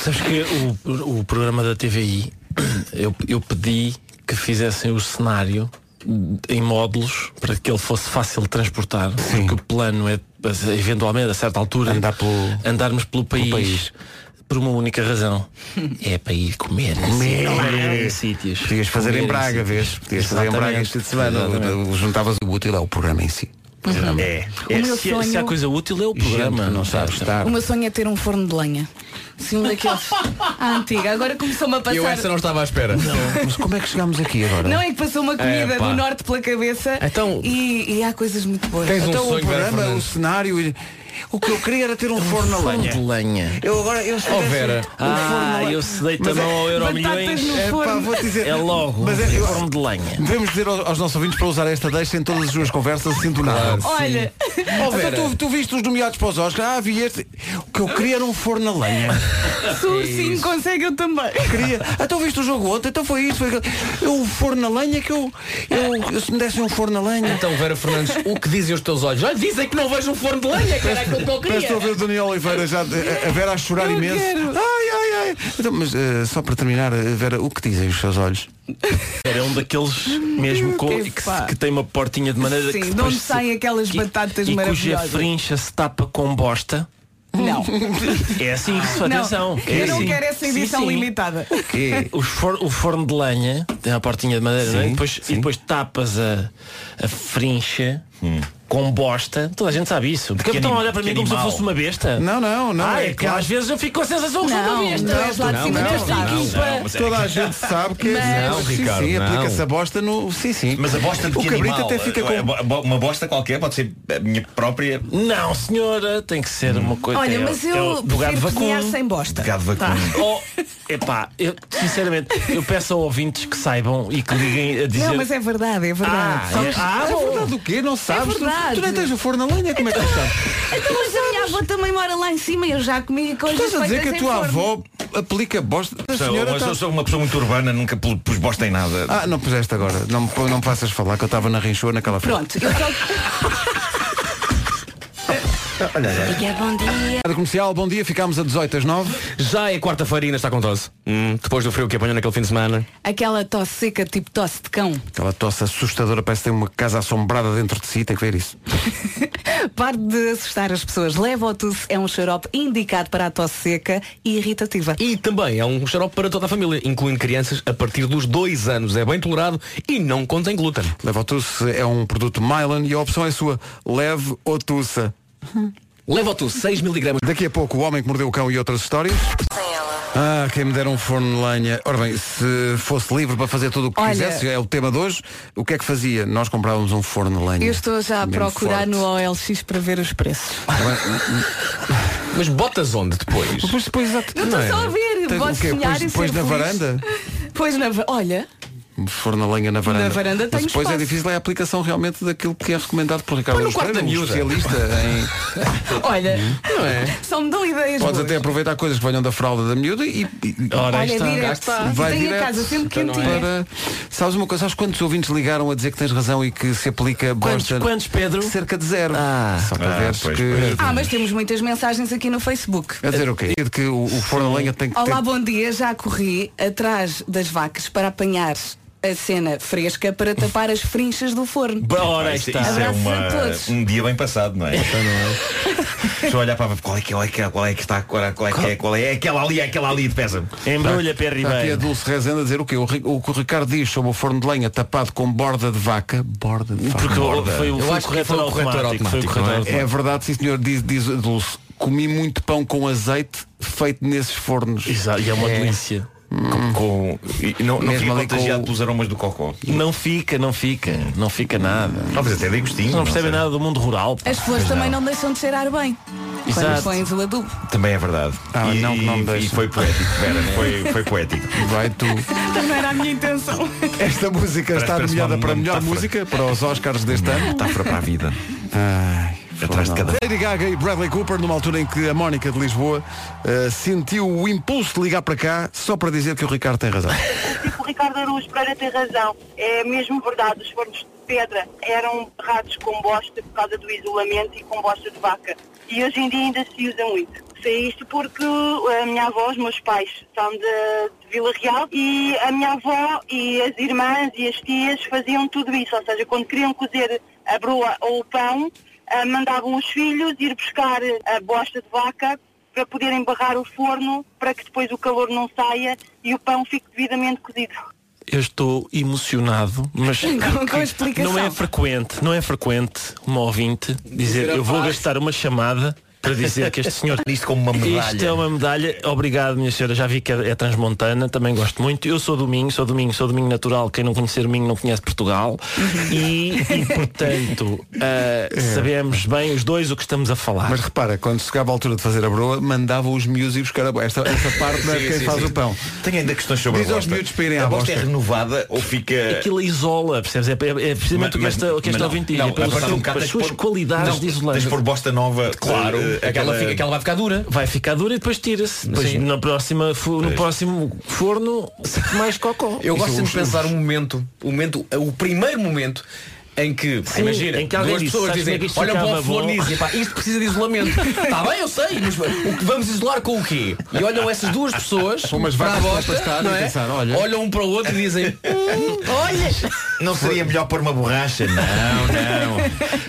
Speaker 8: Sabes que o, o programa da TVI eu, eu pedi que fizessem o cenário em módulos para que ele fosse fácil de transportar porque o plano é eventualmente a certa altura
Speaker 1: Andar pelo-
Speaker 8: andarmos pelo país,
Speaker 1: país.
Speaker 8: por uma única razão é para ir comer
Speaker 1: Comer.
Speaker 8: Lá em sítios
Speaker 1: Podias fazer
Speaker 8: Comer
Speaker 1: em Braga,
Speaker 8: sítios.
Speaker 1: vês? Podias fazer em
Speaker 8: Exatamente.
Speaker 1: Braga este fim de semana.
Speaker 8: Exatamente.
Speaker 1: Juntavas o útil ao programa em si.
Speaker 8: é, é,
Speaker 2: meu
Speaker 8: se, se há
Speaker 2: sonho-
Speaker 8: coisa útil é o
Speaker 1: Gente
Speaker 8: programa
Speaker 1: que não sabe estar.
Speaker 2: O meu sonho é ter um forno de lenha. Sim, um daqueles. À antiga. Agora começou-me a
Speaker 9: Eu
Speaker 2: passar.
Speaker 9: essa não estava à espera.
Speaker 1: Mas como é que chegámos aqui agora?
Speaker 2: Não é que passou uma comida
Speaker 9: É, pá.
Speaker 2: do norte pela cabeça
Speaker 9: Então-
Speaker 2: e, e há coisas muito boas.
Speaker 9: Tens um
Speaker 1: então o
Speaker 9: sonho, Vera
Speaker 1: programa, o
Speaker 9: Fernandes.
Speaker 1: cenário. e- O que eu queria era ter um forno a lenha.
Speaker 8: de lenha
Speaker 1: Eu agora, eu se
Speaker 9: Oh,
Speaker 1: tivesse
Speaker 9: Vera.
Speaker 1: um forno a
Speaker 8: ah,
Speaker 1: lenha-
Speaker 8: eu se deita mão ao euro milhões
Speaker 2: Batatas no
Speaker 1: É pá,
Speaker 2: forno.
Speaker 1: vou dizer.
Speaker 8: é logo
Speaker 1: Mas é, eu-
Speaker 8: forno de lenha
Speaker 1: Devemos dizer aos aos nossos ouvintes para usar esta deixa em todas as suas conversas assim do nada.
Speaker 2: Olha,
Speaker 1: Oh, Vera, tu, tu viste os nomeados para os Oscars? Ah, vi este. O que eu queria era um forno a lenha.
Speaker 2: se o ursinho consegue, eu também.
Speaker 1: Queria. Ah, Então viste o jogo ontem, então foi isso, foi aquilo. Eu, o forno a lenha que eu, eu, eu. Se me dessem um forno a lenha.
Speaker 9: Então, Vera Fernandes, o que dizem os teus olhos? Olha, dizem que não vejo um forno de lenha, que era aquilo que eu
Speaker 1: Parece que estou
Speaker 9: queria.
Speaker 1: a ver o Daniel Oliveira já a a Vera a chorar
Speaker 2: Eu
Speaker 1: imenso.
Speaker 2: quero.
Speaker 1: Ai, ai, ai. Então, mas eh, só para terminar, eh, Vera, o que dizem os seus olhos?
Speaker 8: Era um daqueles mesmo com,
Speaker 2: Que
Speaker 8: que,
Speaker 2: pá.
Speaker 8: que tem uma portinha de maneira
Speaker 2: Sim,
Speaker 8: que
Speaker 2: de
Speaker 8: depois
Speaker 2: onde
Speaker 8: se-
Speaker 2: saem aquelas
Speaker 8: que-
Speaker 2: batatas
Speaker 8: e cuja
Speaker 2: maravilhosas.
Speaker 8: frincha se tapa com bosta
Speaker 2: Não.
Speaker 8: É assim que se faz.
Speaker 2: Não.
Speaker 8: Atenção. é
Speaker 2: Eu não
Speaker 8: assim.
Speaker 2: quero essa
Speaker 8: Sim,
Speaker 2: edição
Speaker 8: sim.
Speaker 2: limitada.
Speaker 1: Quê?
Speaker 8: Os for- o forno de lenha tem uma portinha de madeira não é?
Speaker 1: Sim,
Speaker 8: e, depois, e depois tapas a, a frincha
Speaker 1: Hum.
Speaker 8: com bosta. Toda a gente sabe isso. Porque estão a
Speaker 6: anim-
Speaker 8: olhar para
Speaker 6: que
Speaker 8: mim como se eu
Speaker 6: animal.
Speaker 8: fosse uma besta.
Speaker 1: Não, não, não.
Speaker 8: Ah,
Speaker 1: é
Speaker 8: é que
Speaker 1: claro.
Speaker 8: às vezes eu fico com a sensação que sou uma
Speaker 2: Não,
Speaker 8: besta.
Speaker 2: tu és lá de cima,
Speaker 1: não,
Speaker 2: tu és lá.
Speaker 8: não, não,
Speaker 6: mas é
Speaker 1: Toda a
Speaker 6: que-
Speaker 1: gente sabe que é.
Speaker 9: Não,
Speaker 1: sim,
Speaker 9: Ricardo,
Speaker 1: sim,
Speaker 9: não.
Speaker 1: aplica-se a bosta no. Sim, sim.
Speaker 6: Mas a bosta de
Speaker 1: O
Speaker 6: que
Speaker 1: cabrito
Speaker 6: animal?
Speaker 1: até fica
Speaker 6: É,
Speaker 1: com.
Speaker 6: bo- bo- Uma bosta qualquer, pode ser a minha própria
Speaker 8: Não, senhora, tem que ser uma coisa.
Speaker 10: Olha,
Speaker 8: é-
Speaker 10: mas
Speaker 8: é o
Speaker 10: eu
Speaker 8: do gado
Speaker 10: prefiro cozinhar
Speaker 8: vacuno.
Speaker 10: sem bosta.
Speaker 6: gado vacuno.
Speaker 8: Oh, epá, eu, sinceramente, eu peço a ouvintes que saibam e que liguem a dizer.
Speaker 2: Não, mas é verdade, é
Speaker 8: Ah,
Speaker 2: verdade.
Speaker 8: é- ah,
Speaker 1: É
Speaker 8: bom.
Speaker 1: verdade o quê? Não sabes? Tu-
Speaker 10: verdade.
Speaker 1: Tu nem tens o forno a lenha, como é que tu sabes?
Speaker 10: Então, mas a minha avó também mora lá em cima e eu já comi coisas
Speaker 1: Estás a dizer que
Speaker 2: é
Speaker 10: feitas
Speaker 1: a
Speaker 10: em
Speaker 1: tua
Speaker 10: forno.
Speaker 1: avó aplica bosta. A
Speaker 6: Sou-
Speaker 1: senhora tá-
Speaker 6: mas eu
Speaker 1: está-
Speaker 6: sou uma pessoa muito urbana, nunca pu- pus bosta em nada.
Speaker 1: Ah, não puseste agora. Não, me pô- não me faças falar que eu estava na rinchoa naquela
Speaker 10: Pronto,
Speaker 1: frente.
Speaker 10: eu só...
Speaker 4: Diga bom dia.
Speaker 1: Rádio Comercial, bom dia, ficámos a 18 às 9.
Speaker 9: Já é quarta-feira e ainda está com tosse. Hum, depois do frio que apanhou naquele fim de semana.
Speaker 2: Aquela tosse seca, tipo tosse de cão.
Speaker 1: Aquela tosse assustadora, parece que tem uma casa assombrada dentro de si, tem que ver isso.
Speaker 2: Pare de assustar as pessoas. Leva o tosse é um xarope indicado para a tosse seca e irritativa.
Speaker 9: E também é um xarope para toda a família, incluindo crianças a partir dos dois anos. É bem tolerado e não contém glúten.
Speaker 1: Leva o Tusse é um produto Mylan e a opção é sua. Leve ou Tussa.
Speaker 9: Leva tu 6 miligramas.
Speaker 1: Daqui a pouco o homem que mordeu o cão e outras histórias. Ah, quem me der um forno de lenha. Ora bem, se fosse livre para fazer tudo o que
Speaker 2: Olha-
Speaker 1: quisesse, é o tema de hoje, o que é que fazia? Nós comprávamos um forno de lenha.
Speaker 2: Eu estou já a
Speaker 1: Mesmo
Speaker 2: procurar
Speaker 1: forte. Ah,
Speaker 2: no OLX para ver os preços.
Speaker 9: Mas botas onde depois?
Speaker 1: Depois, depois, exato.
Speaker 2: Não estou só a ver,
Speaker 1: é? Tens o
Speaker 2: podes
Speaker 1: quê?
Speaker 2: sonhar
Speaker 1: Pões-
Speaker 2: e ser
Speaker 1: pões na
Speaker 2: feliz.
Speaker 1: varanda?
Speaker 2: Pois na va- olha,
Speaker 1: Um forno de lenha na varanda.
Speaker 2: Na varanda
Speaker 1: Mas
Speaker 2: tenho
Speaker 1: depois é
Speaker 2: espaço.
Speaker 1: difícil é a aplicação realmente daquilo que é recomendado por Ricardo
Speaker 9: Põe no
Speaker 1: Araújo
Speaker 9: quarto da
Speaker 1: Pereira, um
Speaker 9: miúda.
Speaker 1: especialista em...
Speaker 2: olha, só me dão ideias.
Speaker 1: é? Podes
Speaker 2: boas.
Speaker 1: até aproveitar coisas que venham da fralda da miúda e, e-
Speaker 2: Olha,
Speaker 8: Ora, aí está.
Speaker 2: direto.
Speaker 9: está.
Speaker 1: vai
Speaker 2: Tá. Tenho a
Speaker 1: direto
Speaker 2: casa sempre
Speaker 9: Então não é.
Speaker 2: quentinha.
Speaker 1: para... Sabes uma coisa? Sabes quantos ouvintes ligaram a dizer que tens razão e que se aplica
Speaker 8: Quantos,
Speaker 1: bosta?
Speaker 8: quantos, Pedro?
Speaker 1: Cerca de zero. Só para
Speaker 6: Ah,
Speaker 1: ver
Speaker 6: pois,
Speaker 1: que...
Speaker 2: Ah, mas temos muitas mensagens aqui no Facebook.
Speaker 1: A dizer o quê? De que o, o forno a lenha tem que
Speaker 2: Olá,
Speaker 1: ter...
Speaker 2: bom dia. Já corri atrás das vacas para apanhar a cena fresca para tapar as frinchas do forno.
Speaker 8: Ora, aí
Speaker 6: isso,
Speaker 8: está.
Speaker 6: isso é
Speaker 2: Abraço
Speaker 6: uma-
Speaker 2: a todos.
Speaker 6: um dia bem passado, não é? Deixa eu olhar para qual é que é, qual é que é, qual é que está agora, qual é que é, qual é, é aquela ali, é aquela ali de pesa.
Speaker 8: Embrulha, Pedro
Speaker 1: Está tá aqui a
Speaker 8: Ribeiro.
Speaker 1: Dulce Rezende a dizer o quê? O, Ri- o que o Ricardo diz sobre o forno de lenha tapado com borda de vaca. Borda de vaca.
Speaker 8: Porque o- foi, o-
Speaker 9: Eu
Speaker 8: foi o
Speaker 9: acho que foi
Speaker 8: corretor
Speaker 9: o corretor
Speaker 8: automático. Foi o
Speaker 9: automático,
Speaker 8: corretor
Speaker 9: não é?
Speaker 8: automático.
Speaker 1: É verdade, sim senhor, diz, diz a Dulce. Comi muito pão com azeite feito nesses fornos.
Speaker 8: Exato, e é uma delícia.
Speaker 6: Com, com- e não, não
Speaker 1: Mesmo
Speaker 6: fica
Speaker 1: ali com
Speaker 6: contagiado
Speaker 1: o-
Speaker 6: pelos aromas do cocó.
Speaker 8: Não fica, não fica, não fica nada.
Speaker 6: Talvez até dê gostinho.
Speaker 8: Não percebem
Speaker 6: sei.
Speaker 8: nada do mundo rural. pá.
Speaker 2: As flores também não. deixam de cheirar bem. Quando
Speaker 8: Exato.
Speaker 2: pões o adubo.
Speaker 6: Também é verdade.
Speaker 1: Ah,
Speaker 6: e,
Speaker 1: não, não me
Speaker 6: e-
Speaker 1: deixa.
Speaker 6: e foi poético, Vera, foi, foi poético.
Speaker 1: Vai tu.
Speaker 2: Também Então era a minha intenção.
Speaker 1: Esta música
Speaker 6: Parece-
Speaker 1: está
Speaker 6: parece uma-
Speaker 1: nomeada
Speaker 6: uma
Speaker 1: para a melhor
Speaker 6: metáfora.
Speaker 1: música, para os Oscars deste ano.
Speaker 6: Metáfora para a vida.
Speaker 1: Ai,
Speaker 6: Atrás de
Speaker 1: foda.
Speaker 6: cada-
Speaker 1: Lady Gaga e Bradley Cooper, numa altura em que a Mónica de Lisboa eh, sentiu o impulso de ligar para cá só para dizer que o Ricardo tem razão.
Speaker 10: O Ricardo Araújo Pereira tem razão. É mesmo verdade, os fornos de pedra eram barrados com bosta por causa do isolamento e com bosta de vaca. E hoje em dia ainda se usa muito. Sei isto porque a minha avó, os meus pais são de, de Vila Real e a minha avó e as irmãs e as tias faziam tudo isso. Ou seja, quando queriam cozer a broa ou o pão, ah, mandavam os filhos ir buscar a bosta de vaca para poderem barrar o forno para que depois o calor não saia e o pão fique devidamente cozido.
Speaker 8: Eu estou emocionado, mas
Speaker 2: Com- com a explicação.
Speaker 8: não é frequente, não é frequente uma ouvinte dizer eu vou gastar uma chamada para dizer que este senhor
Speaker 6: Isto como uma medalha.
Speaker 8: Isto é uma medalha. Obrigado, minha senhora. Já vi que é, é transmontana, também gosto muito. Eu sou Domingo, sou Domingo, sou Domingo natural. Quem não conhecer Domingo não conhece Portugal. E, e, portanto,
Speaker 6: É.
Speaker 8: ah, sabemos bem os dois o que estamos a falar.
Speaker 1: Mas repara, quando chegava a altura de fazer a broa, mandava os miúdos ir buscar a broa. Esta, esta parte não é
Speaker 6: Sim,
Speaker 1: quem
Speaker 6: sim,
Speaker 1: faz
Speaker 6: sim.
Speaker 1: o pão.
Speaker 6: Tenho ainda questões sobre
Speaker 1: Diz
Speaker 6: a
Speaker 1: aos
Speaker 6: bosta.
Speaker 1: miúdos para irem à
Speaker 6: a bosta é
Speaker 1: bosta.
Speaker 6: renovada ou fica...
Speaker 8: Aquilo isola, percebes? É, é, é precisamente o que
Speaker 6: eh, Mas-
Speaker 8: esta, o que
Speaker 6: mas
Speaker 8: esta
Speaker 6: não,
Speaker 8: ouvinte diz.
Speaker 6: não,
Speaker 8: é pelo
Speaker 6: a partir de um
Speaker 8: seu-
Speaker 6: bocado
Speaker 8: pelas
Speaker 6: tens de
Speaker 8: suas
Speaker 6: pôr-
Speaker 8: qualidades
Speaker 6: não,
Speaker 8: de
Speaker 6: Tens de
Speaker 8: isolante.
Speaker 6: pôr bosta nova.
Speaker 9: Claro,
Speaker 6: eh,
Speaker 9: aquela, fica, aquela vai ficar dura.
Speaker 8: Vai ficar dura e depois tira-se. Depois
Speaker 9: Sim.
Speaker 8: na próxima, fo- no próximo forno, mais cocó.
Speaker 9: Eu gosto
Speaker 1: Isso,
Speaker 9: sempre um
Speaker 1: os-
Speaker 9: de pensar um momento, o momento, o primeiro momento em que,
Speaker 8: Sim,
Speaker 9: imagina,
Speaker 8: em que alguém
Speaker 9: duas
Speaker 8: disse,
Speaker 9: pessoas
Speaker 8: "Sabes
Speaker 9: dizem,
Speaker 8: como é que isto
Speaker 9: olha para
Speaker 8: ficava
Speaker 9: o flor
Speaker 8: bom?"
Speaker 9: e dizem, pá, isto precisa de isolamento. Está bem, eu sei, mas o que vamos isolar com o quê? E olham essas duas pessoas
Speaker 1: umas
Speaker 9: para a
Speaker 1: vacas lá
Speaker 9: bosta,
Speaker 1: para estar
Speaker 9: não
Speaker 1: e
Speaker 9: é?
Speaker 1: pensar, olha.
Speaker 9: olham um para o outro e dizem,
Speaker 8: Olha!
Speaker 6: Não seria melhor pôr uma borracha? Não, não.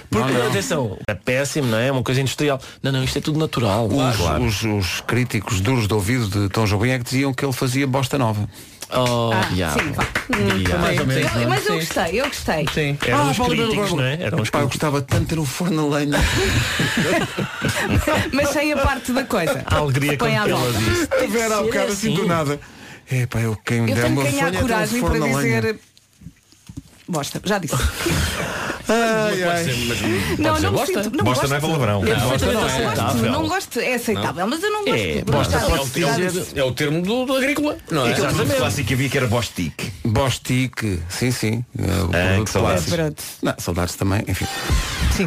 Speaker 8: Porque, atenção, Ah, é péssimo, não é? É uma coisa industrial. Não, não, isto é tudo natural.
Speaker 1: Os, os- os críticos duros de ouvido de Tom Jobim é que diziam que ele fazia bosta nova.
Speaker 8: Oh,
Speaker 2: Ah,
Speaker 8: diabo.
Speaker 2: sim, vá.
Speaker 8: Diabo.
Speaker 9: mais ou menos, não
Speaker 2: Eu-
Speaker 9: é?
Speaker 2: mas eu gostei, eu gostei.
Speaker 9: Sim.
Speaker 8: Eram os
Speaker 1: vale, vale,
Speaker 8: críticos,
Speaker 1: vale.
Speaker 8: não é? Eram os
Speaker 1: Pá, eu
Speaker 8: críticos.
Speaker 1: gostava tanto de ter um forno a lenha.
Speaker 2: Mas sei a parte da coisa.
Speaker 8: A alegria
Speaker 2: Põe
Speaker 8: com
Speaker 2: à
Speaker 8: que ela
Speaker 2: volta.
Speaker 8: disse.
Speaker 1: A Vera há bocado assim do nada. É pá, eu quem me
Speaker 2: Eu
Speaker 1: der
Speaker 2: tenho
Speaker 1: uma
Speaker 2: que ganhar
Speaker 1: folha,
Speaker 2: coragem
Speaker 1: tem um
Speaker 2: para
Speaker 1: forno a lenha.
Speaker 2: dizer. Bosta, já disse.
Speaker 1: Ai, ai.
Speaker 2: Não,
Speaker 9: ser
Speaker 2: não me
Speaker 9: bosta.
Speaker 2: sinto. Não gosto.
Speaker 6: Bosta não é palavrão.
Speaker 2: Eu
Speaker 6: Não,
Speaker 2: gosto,
Speaker 8: bosta não é
Speaker 2: não gosto,
Speaker 8: aceitável.
Speaker 2: não gosto, é aceitável, mas eu não gosto.
Speaker 8: É,
Speaker 2: Não
Speaker 8: bosta
Speaker 2: gosto.
Speaker 8: pode ser.
Speaker 2: Gosto.
Speaker 9: É o termo do, do agrícola, não é?
Speaker 6: Aquele produto clássico que havia que era Bostic.
Speaker 1: Bostique, sim, sim. É, o
Speaker 6: Ah,
Speaker 1: produto
Speaker 6: que saudades.
Speaker 1: clássico. Não, saudades também, enfim.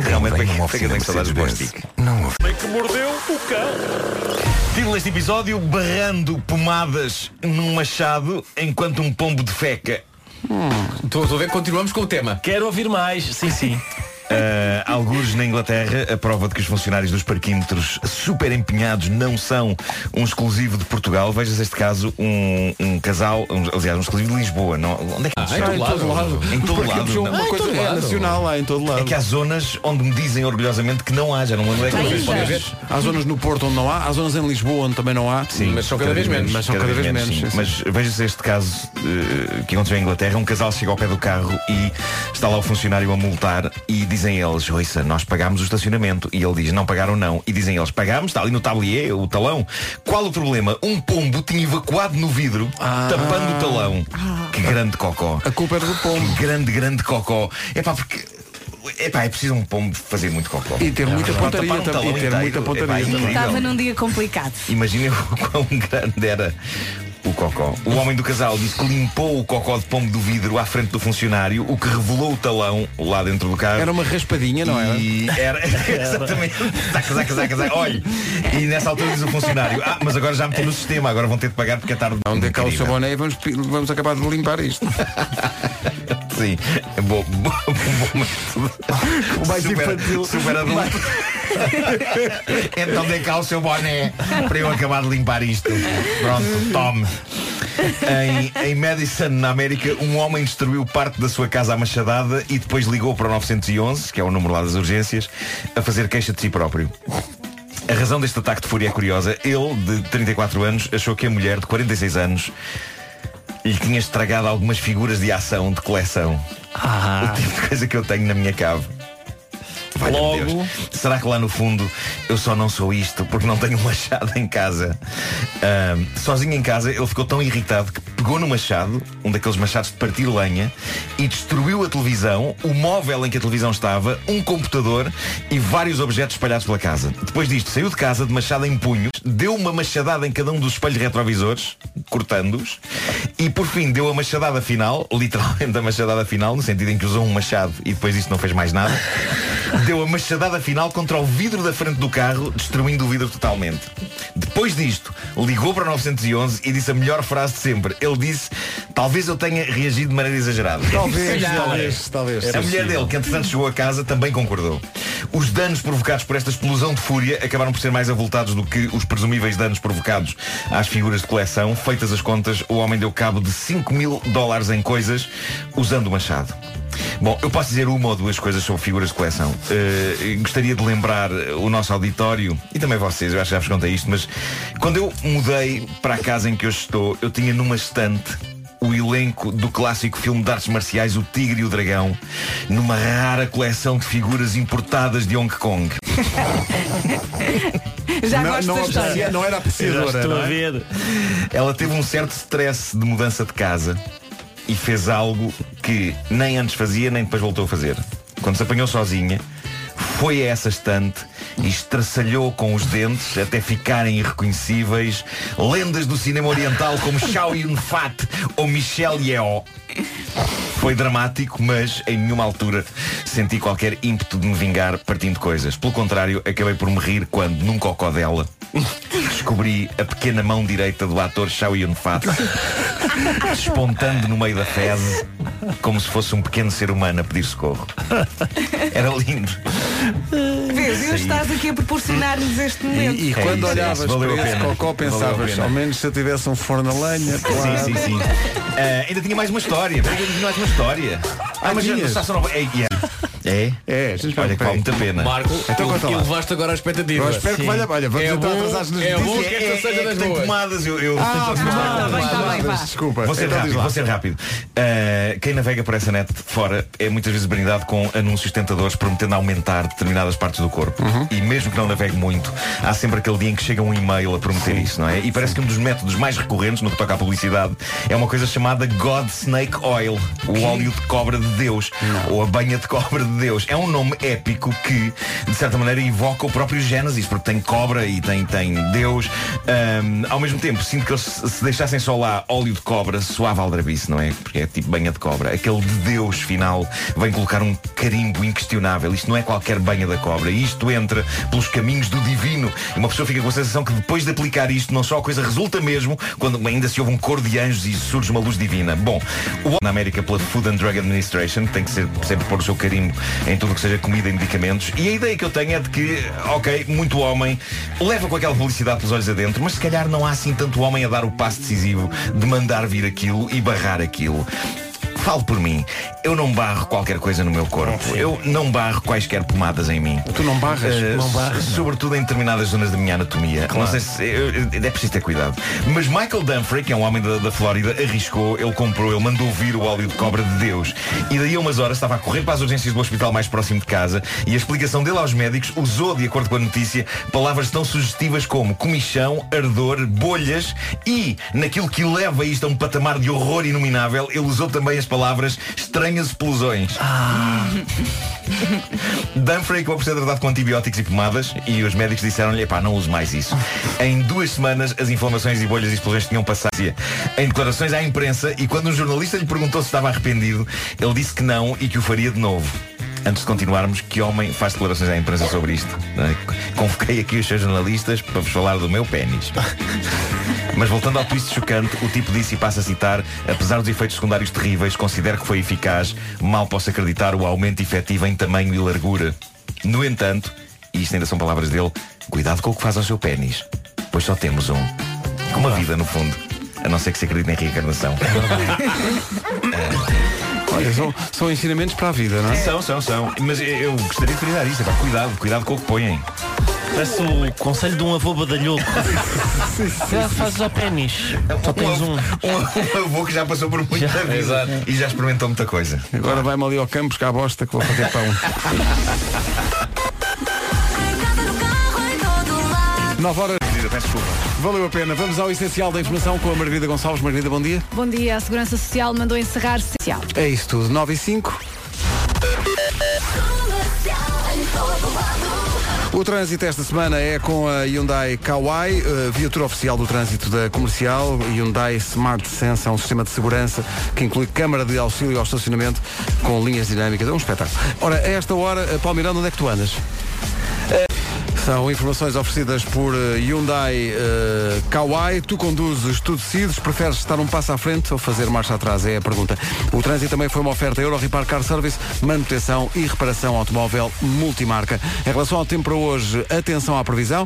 Speaker 6: Realmente, para que- para que eu tenho saudades de Bostic?
Speaker 1: Não houve.
Speaker 6: Título deste episódio, barrando pomadas num machado enquanto um pombo de feca.
Speaker 9: Estou estou a ver, que continuamos com o tema.
Speaker 8: Quero ouvir mais. Sim, sim.
Speaker 6: Ah, alguns na Inglaterra, a prova de que os funcionários dos parquímetros super empenhados não são um exclusivo de Portugal. Vejas este caso, um, um casal, um- aliás, um exclusivo de Lisboa. Não, onde é que isso
Speaker 9: em
Speaker 6: está?
Speaker 9: todo lado.
Speaker 6: Em todo lado.
Speaker 1: São
Speaker 6: Não.
Speaker 1: uma
Speaker 9: Ah, em
Speaker 1: coisa
Speaker 9: todo
Speaker 1: é
Speaker 9: lado.
Speaker 1: nacional lá em todo lado.
Speaker 6: É que há zonas onde me dizem orgulhosamente que não há, já não lembro onde é que eu
Speaker 2: Ainda.
Speaker 6: vi.
Speaker 9: Pode
Speaker 6: Pode
Speaker 9: haver.
Speaker 6: ver?
Speaker 1: Há zonas no Porto onde não há, há zonas em Lisboa onde também não há.
Speaker 6: Sim,
Speaker 9: Mas são cada vez menos.
Speaker 1: Mas são cada vez menos,
Speaker 6: sim. Mas veja-se este caso eh, que aconteceu em Inglaterra. Um casal chega ao pé do carro e está lá o funcionário a multar e dizem eles, oiça, nós pagámos o estacionamento. E ele diz, não pagaram não. E dizem eles, pagámos, está ali no tablier, o talão. Qual o problema? Um pombo tinha evacuado no vidro, tapando o talão. Que grande cocó.
Speaker 1: A culpa é do pombo.
Speaker 6: Que grande, grande cocó. É pá, porque... Epá, é preciso um pombo fazer muito cocó.
Speaker 1: E ter muita
Speaker 6: Tapar um
Speaker 1: pontaria
Speaker 6: talão
Speaker 1: também. E ter
Speaker 6: inteiro.
Speaker 1: muita
Speaker 6: Epá,
Speaker 1: pontaria também.
Speaker 6: é incrível.
Speaker 2: Estava num dia complicado.
Speaker 6: Imaginem o quão grande era o cocó. O homem do casal disse que limpou o cocó de pombo do vidro à frente do funcionário, o que revelou o talão lá dentro do carro.
Speaker 1: Era uma raspadinha, não era?
Speaker 6: E era. Exatamente. Zaca, zaca, zaca, zaca. Olha. E nessa altura diz o funcionário, ah, mas agora já meti no sistema, agora vão ter de pagar porque é tarde.
Speaker 1: Onde é que há o
Speaker 6: Incrível.
Speaker 1: saboné e vamos, pi- vamos acabar de limpar isto.
Speaker 6: Sim. É Bom, bom, bom, bom.
Speaker 1: O mais
Speaker 6: super,
Speaker 1: infantil.
Speaker 6: Super adulto. então dê cá o seu boné para eu acabar de limpar isto. Pronto, tome. Em, em Madison, na América, um homem destruiu parte da sua casa à machadada e depois ligou para o 911, que é o número lá das urgências, a fazer queixa de si próprio. A razão deste ataque de fúria é curiosa. Ele, de 34 anos, achou que a mulher, de 46 anos, lhe tinha estragado algumas figuras de ação de coleção.
Speaker 8: Ah,
Speaker 6: O tipo de coisa que eu tenho na minha cave. Valha-me
Speaker 8: Logo.
Speaker 6: Deus. Será que lá no fundo eu só não sou isto porque não tenho um machado em casa? Ahm, sozinho em casa ele ficou tão irritado que pegou no machado, um daqueles machados de partir lenha, e destruiu a televisão, o móvel em que a televisão estava, um computador e vários objetos espalhados pela casa. Depois disto, saiu de casa de machado em punhos, deu uma machadada em cada um dos espelhos retrovisores, cortando-os, e por fim deu a machadada final, literalmente a machadada final, no sentido em que usou um machado e depois disso não fez mais nada. Deu a machadada final contra o vidro da frente do carro, destruindo o vidro totalmente. Depois disto, ligou para o 911 e disse a melhor frase de sempre. Ele disse, talvez eu tenha reagido de maneira exagerada.
Speaker 1: Talvez, talvez, talvez.
Speaker 6: A mulher dele, que entretanto chegou a casa, também concordou. Os danos provocados por esta explosão de fúria acabaram por ser mais avultados do que os presumíveis danos provocados às figuras de coleção. Feitas as contas, o homem deu cabo de 5 mil dólares em coisas usando o machado. Bom, eu posso dizer uma ou duas coisas sobre figuras de coleção. Eh, gostaria de lembrar o nosso auditório e também vocês, eu acho que já vos contei isto, mas quando eu mudei para a casa em que hoje estou, eu tinha numa estante o elenco do clássico filme de artes marciais O Tigre e o Dragão, numa rara coleção de figuras importadas de Hong Kong.
Speaker 2: Já
Speaker 1: Não,
Speaker 2: gosto
Speaker 1: não
Speaker 2: da história.
Speaker 1: aprecia- não era apreciadora.
Speaker 8: Estou
Speaker 1: não
Speaker 8: a
Speaker 1: é?
Speaker 8: ver.
Speaker 6: Ela teve um certo stress de mudança de casa e fez algo que nem antes fazia, nem depois voltou a fazer. Quando se apanhou sozinha, foi a essa estante e estraçalhou com os dentes até ficarem irreconhecíveis lendas do cinema oriental como Shao Yun Fat ou Michelle Yeoh. Foi dramático, mas em nenhuma altura senti qualquer ímpeto de me vingar partindo coisas. Pelo contrário, acabei por me rir quando, num cocó dela, descobri a pequena mão direita do ator Shao Yun-fat despontando no meio da fezes, como se fosse um pequeno ser humano a pedir socorro. Era lindo.
Speaker 2: Vês, eu
Speaker 6: Sim.
Speaker 2: estás aqui a proporcionar-nos este momento.
Speaker 6: É
Speaker 1: E, e quando olhavas para esse cocó pensavas, ao menos se eu tivesse um forno a lenha, claro.
Speaker 6: Sim, sim, sim. Ah, ainda tinha mais uma história. Ainda tinha mais uma história. Ah, mas
Speaker 1: tinhas?
Speaker 6: não está só não. É, é.
Speaker 1: É,
Speaker 6: Olha que vale muita pena.
Speaker 9: Marco,
Speaker 1: Então conta
Speaker 9: tu
Speaker 1: lá.
Speaker 9: elevaste agora a expectativa.
Speaker 1: Eu espero que
Speaker 9: Sim.
Speaker 1: valha- olha, vamos
Speaker 9: é
Speaker 1: então
Speaker 9: bom,
Speaker 1: atrasados nas
Speaker 9: É bom que
Speaker 1: notícias.
Speaker 9: esta seja das
Speaker 6: tem
Speaker 9: boas.
Speaker 6: tomadas, eu. eu
Speaker 1: Ah,
Speaker 6: Tenho tomadas.
Speaker 1: tá bem, tá bem, vá.
Speaker 6: Desculpa. Vou ser
Speaker 1: Então diz
Speaker 6: rápido,
Speaker 1: lá.
Speaker 6: vou ser rápido. Ah, quem navega por essa net de fora é muitas vezes brindado com anúncios tentadores prometendo aumentar determinadas partes do corpo.
Speaker 1: Uhum.
Speaker 6: E mesmo que não navegue muito, há sempre aquele dia em que chega um e-mail a prometer isso, não é? E parece que um dos métodos mais recorrentes no que toca à publicidade é uma coisa chamada God Snake Oil, o óleo de cobra de Deus, ou a banha de cobra de Deus. É um nome épico que, de certa maneira, evoca o próprio Gênesis, porque tem cobra e tem, tem Deus. Ahm, ao mesmo tempo, sinto que eles se se deixassem só lá óleo de cobra, suave aldrabice, não é? Porque é tipo banha de cobra. Aquele de Deus final vem colocar um carimbo inquestionável. Isto não é qualquer banha da cobra. Isto entra pelos caminhos do divino. E uma pessoa fica com a sensação que depois de aplicar isto, não só a coisa resulta mesmo, quando ainda se ouve um coro de anjos e surge uma luz divina. Bom, o na América pela Food and Drug Administration tem que ser, sempre pôr o seu carimbo em tudo o que seja comida e medicamentos. E a ideia que eu tenho é de que, ok, muito homem leva com aquela publicidade pelos olhos adentro, mas se calhar não há assim tanto homem a dar o passo decisivo de mandar vir aquilo e barrar aquilo. Falo por mim, eu não barro qualquer coisa no meu corpo. Eu não barro quaisquer pomadas em mim.
Speaker 1: Tu não barras?
Speaker 6: Eh,
Speaker 1: Não barras.
Speaker 6: so- Sobretudo em determinadas zonas da minha anatomia. Não sei se, eu- eu- é preciso ter cuidado. Mas Michael Dunfrey, que é um homem da, da Flórida, arriscou, ele comprou, ele mandou vir o óleo de cobra de Deus. E daí a umas horas estava a correr para as urgências do hospital mais próximo de casa e a explicação dele aos médicos usou, de acordo com a notícia, palavras tão sugestivas como comichão, ardor, bolhas e, naquilo que leva isto a um patamar de horror inominável, ele usou também as palavras estranhas explosões. Dunfrey acabou por ser tratado com antibióticos e pomadas e os médicos disseram-lhe, pá, não use mais isso. Em duas semanas as inflamações e bolhas e explosões tinham passado. Em declarações à imprensa e quando um jornalista lhe perguntou se estava arrependido, ele disse que não e que o faria de novo. Antes de continuarmos, que homem faz declarações à imprensa sobre isto? não é? Convoquei aqui os seus jornalistas para vos falar do meu pênis. Mas voltando ao twist chocante, o tipo disse e passa a citar, apesar dos efeitos secundários terríveis, considero que foi eficaz, mal posso acreditar o aumento efetivo em tamanho e largura. No entanto, e isto ainda são palavras dele, cuidado com o que faz ao seu pênis, pois só temos um. Uma vida, no fundo. A não ser que se acredite em reencarnação.
Speaker 1: Olha, são, são ensinamentos para a vida, não é?
Speaker 6: são, são, são. Mas eu- eu gostaria de frisar isto. é pá, cuidado, cuidado com o que põem.
Speaker 8: Parece o conselho de um avô badalhoco. Já fazes ao pênis. Só tens um.
Speaker 6: Um, um avô que já passou por muita vida e já experimentou muita coisa.
Speaker 1: Agora vai-me ali ao campo buscar a bosta que vou fazer pão. 9 horas,
Speaker 6: Peço desculpa.
Speaker 1: valeu a pena. Vamos ao essencial da informação com a Margarida Gonçalves. Margarida, bom dia.
Speaker 11: Bom dia, a Segurança Social mandou encerrar social.
Speaker 1: É isso tudo, 9 e 5. O trânsito esta semana é com a Hyundai Kauai, eh, viatura oficial do trânsito da comercial. Hyundai Smart Sense é um sistema de segurança que inclui câmara de auxílio ao estacionamento com linhas dinâmicas. É um espetáculo. Ora, a esta hora, eh, Paulo Miranda, onde é que tu andas? São informações oferecidas por eh, Hyundai eh, Kauai. Tu conduzes, tu decides, preferes estar um passo à frente ou fazer marcha atrás? É a pergunta. O trânsito também foi uma oferta Euro Repar Car Service, manutenção e reparação automóvel multimarca. Em relação ao tempo para hoje, atenção à previsão.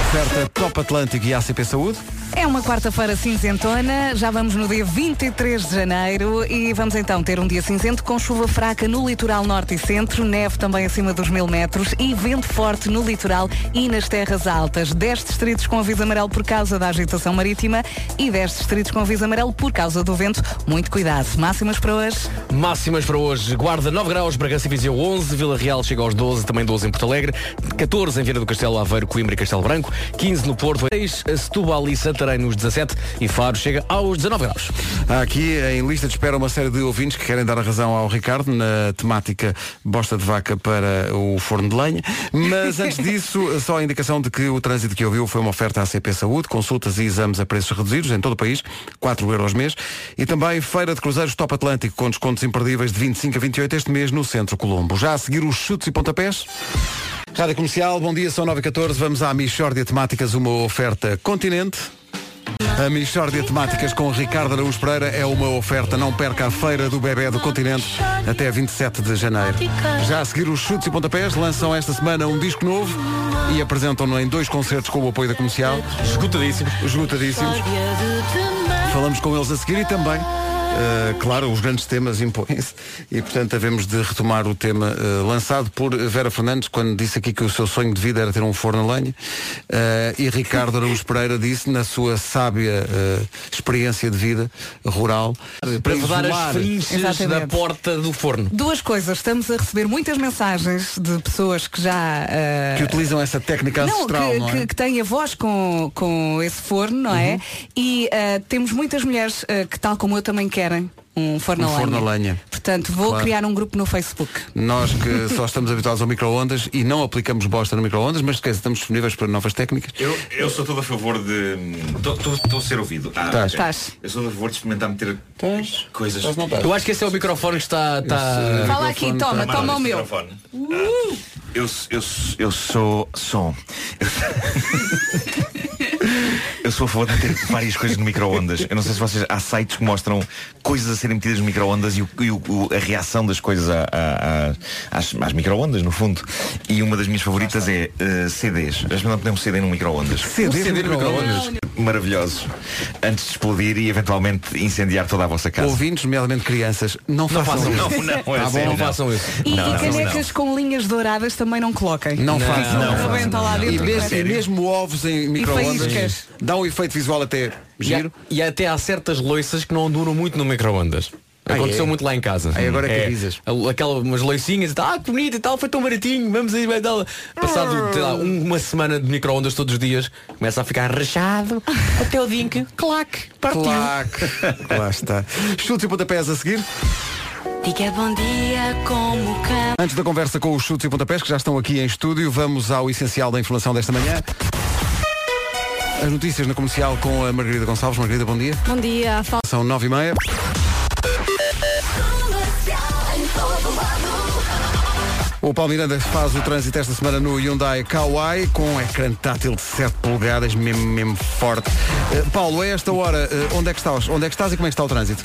Speaker 1: Oferta Top Atlântico e ACP Saúde.
Speaker 2: É uma quarta-feira cinzentona, já vamos no dia 23 de janeiro e vamos então ter um dia cinzento com chuva fraca no litoral norte e centro, neve também acima dos mil metros e vento forte no litoral e nas terras altas. 10 distritos com aviso amarelo por causa da agitação marítima e 10 distritos com aviso amarelo por causa do vento. Muito cuidado. Máximas para hoje.
Speaker 9: Máximas para hoje. Guarda 9 graus, Bragança e Viseu 11, Vila Real chega aos 12, também 12 em Porto Alegre, 14 em Viana do Castelo, Aveiro, Coimbra e Castelo Branco, 15 no Porto, 6 a Setúbal e Santarém nos 17 e Faro chega aos 19 graus.
Speaker 1: Há aqui em lista de espera uma série de ouvintes que querem dar a razão ao Ricardo na temática bosta de vaca para o forno de lenha. Mas antes disso, só a indicação de que o trânsito que ouviu foi uma oferta à CP Saúde, consultas e exames a preços reduzidos em todo o país, 4 euros mês. E também feira de cruzeiros Top Atlântico com descontos imperdíveis de 25 a 28 este mês no Centro Colombo. Já a seguir os chutes e pontapés. Rádio Comercial, bom dia, são 9 e 14 Vamos à Michórdia Temáticas, uma oferta continente. A Michórdia de Temáticas com Ricardo Araújo Pereira é uma oferta. Não perca a Feira do Bebé do Continente até 27 de janeiro. Já a seguir, os Chutes e Pontapés lançam esta semana um disco novo e apresentam-no em dois concertos com o apoio da comercial. Esgotadíssimos. Esgotadíssimos. Falamos com eles a seguir e também, eh, claro, os grandes temas impõem-se e, portanto, havemos de retomar o tema eh, lançado por Vera Fernandes quando disse aqui que o seu sonho de vida era ter um forno a lenha Eh, e Ricardo Araújo Pereira disse, na sua sábia eh, experiência de vida rural, eh,
Speaker 9: Para levar
Speaker 1: isolar-
Speaker 9: as frinches da porta do forno.
Speaker 2: Duas coisas, estamos a receber muitas mensagens de pessoas que já. ah,
Speaker 1: que utilizam essa técnica
Speaker 2: não,
Speaker 1: ancestral,
Speaker 2: que,
Speaker 1: não é? Uhum.
Speaker 2: que- que têm avós com, com esse forno, não é? E ah, temos muitas mulheres ah, que, tal como eu, também querem um forno, a,
Speaker 1: Um
Speaker 2: lenha.
Speaker 1: forno a lenha.
Speaker 2: Portanto, vou
Speaker 1: Claro.
Speaker 2: criar um grupo no Facebook.
Speaker 1: Nós que só estamos habituados ao microondas e não aplicamos bosta no microondas, mas quer dizer, estamos disponíveis para novas técnicas.
Speaker 6: Eu, eu sou todo a favor de. Estou a ser ouvido. Ah, ok.
Speaker 1: Estás. Estás.
Speaker 6: Eu sou a favor de experimentar meter coisas.
Speaker 1: Estás, não estás?
Speaker 9: Eu acho que esse é o microfone que está.
Speaker 1: é
Speaker 9: está...
Speaker 2: Fala aqui, toma,
Speaker 6: Tomara,
Speaker 2: toma o
Speaker 6: este
Speaker 2: meu.
Speaker 6: Ah,
Speaker 2: Uh!
Speaker 6: microfone. Ah, Eu, s- eu, s- eu sou som. Eu sou a favor de ter várias coisas no microondas. Eu não sei se vocês. Há sites que mostram coisas a serem metidas no microondas e, o, e o- o- a reação das coisas a, a- a- às, às microondas, no fundo. E uma das minhas favoritas é eh, CDs. Já não podemos um CD no microondas.
Speaker 1: CD no CD no microondas? microondas?
Speaker 6: Maravilhosos. Antes de explodir e eventualmente incendiar toda a vossa casa.
Speaker 1: Ouvintes, nomeadamente crianças, não façam,
Speaker 6: façam
Speaker 1: isso.
Speaker 6: isso. Não, não, é
Speaker 1: Tá bom?
Speaker 6: sério,
Speaker 1: não
Speaker 6: não.
Speaker 1: façam isso.
Speaker 2: E,
Speaker 6: Não,
Speaker 2: e
Speaker 6: não,
Speaker 2: canecas com linhas douradas também não coloquem.
Speaker 1: Não, façam.
Speaker 2: Rebenta lá
Speaker 1: E,
Speaker 2: dentro.
Speaker 1: mesmo, e mesmo ovos em microondas
Speaker 9: faíscas.
Speaker 1: dá um efeito visual até
Speaker 9: E há-
Speaker 1: giro.
Speaker 9: E, até há certas loiças que não duram muito no microondas.
Speaker 1: Ah,
Speaker 9: Aconteceu
Speaker 1: é?
Speaker 9: muito lá em casa.
Speaker 1: Ah, agora é que
Speaker 9: é
Speaker 1: avisas.
Speaker 9: a- Aquela, umas loicinhas e tal, ah, que bonito e tal, foi tão baratinho, vamos aí, vai dar.
Speaker 1: Ah.
Speaker 9: Passado sei lá, um- uma semana de microondas todos os dias, começa a ficar rachado até o dia em que, claque, partiu.
Speaker 1: Claque. Lá está. Chutes e pontapés a seguir.
Speaker 4: Diga bom dia como cão.
Speaker 1: Antes da conversa com os chutes e pontapés que já estão aqui em estúdio, vamos ao essencial da informação desta manhã. As notícias na comercial com a Margarida Gonçalves. Margarida, bom dia.
Speaker 11: Bom dia, fal...
Speaker 1: São nove e meia. O Paulo Miranda faz o trânsito esta semana no Hyundai Kauai com um ecrã tátil de 7 polegadas, mesmo, mesmo forte. Eh, Paulo, a esta hora, eh, onde é que estás? Onde é que estás e como é que está o trânsito?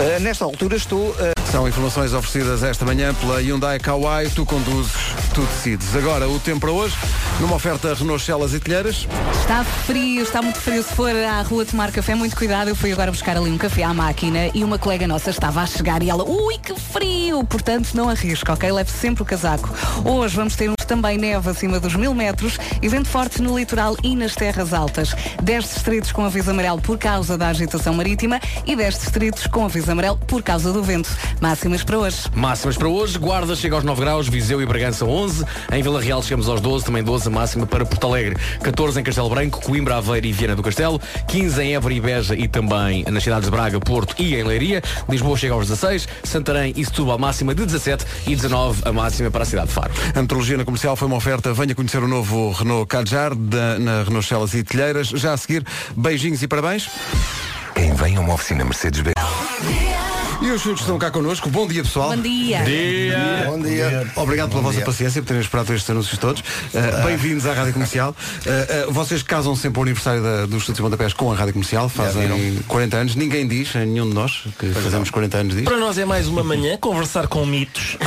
Speaker 1: é?
Speaker 3: Eh, nesta altura estou. eh,
Speaker 1: São informações oferecidas esta manhã pela Hyundai Kauai. Tu conduzes, tu decides. Agora, o tempo para hoje, numa oferta Renault Celas e Telheiras.
Speaker 2: Está Tá frio, está muito frio. Se for à rua tomar café, muito cuidado. Eu fui agora buscar ali um café à máquina e uma colega nossa estava a chegar e ela, ui, que frio! Portanto, não arrisca, ok? Leve sempre o casaco. Hoje vamos ter um também neve acima dos mil metros e vento forte no litoral e nas terras altas. 10 distritos com aviso amarelo por causa da agitação marítima e 10 distritos com aviso amarelo por causa do vento. Máximas para hoje.
Speaker 9: Máximas para hoje, Guarda chega aos 9 graus, Viseu e Bragança 11, em Vila Real chegamos aos 12, também 12 a máxima para Porto Alegre, 14 em Castelo Branco, Coimbra, Aveiro e Viana do Castelo, 15 em Évora e Beja e também nas cidades de Braga, Porto e em Leiria, Lisboa chega aos 16, Santarém e Setúbal máxima de 17 e 19 a máxima para a cidade de Faro.
Speaker 1: A metrologia na comercial foi uma oferta. Venha conhecer o novo Renault Kadjar da- na Renault Celas e Telheiras. Já a seguir, beijinhos e parabéns.
Speaker 12: Quem vem a uma oficina Mercedes-Benz.
Speaker 1: E os chutes estão cá connosco. Bom dia, pessoal.
Speaker 2: Bom dia.
Speaker 1: Bom dia. Obrigado pela vossa paciência por terem esperado estes anúncios todos. Uh, Bem-vindos à Rádio Comercial. Uh, uh, vocês casam sempre o aniversário da, dos Chutes e Pontapés com a Rádio Comercial. Fazem 40 anos. Ninguém diz, é. a nenhum de nós, que fazemos 40 anos disto.
Speaker 8: Para nós é mais uma manhã conversar com mitos.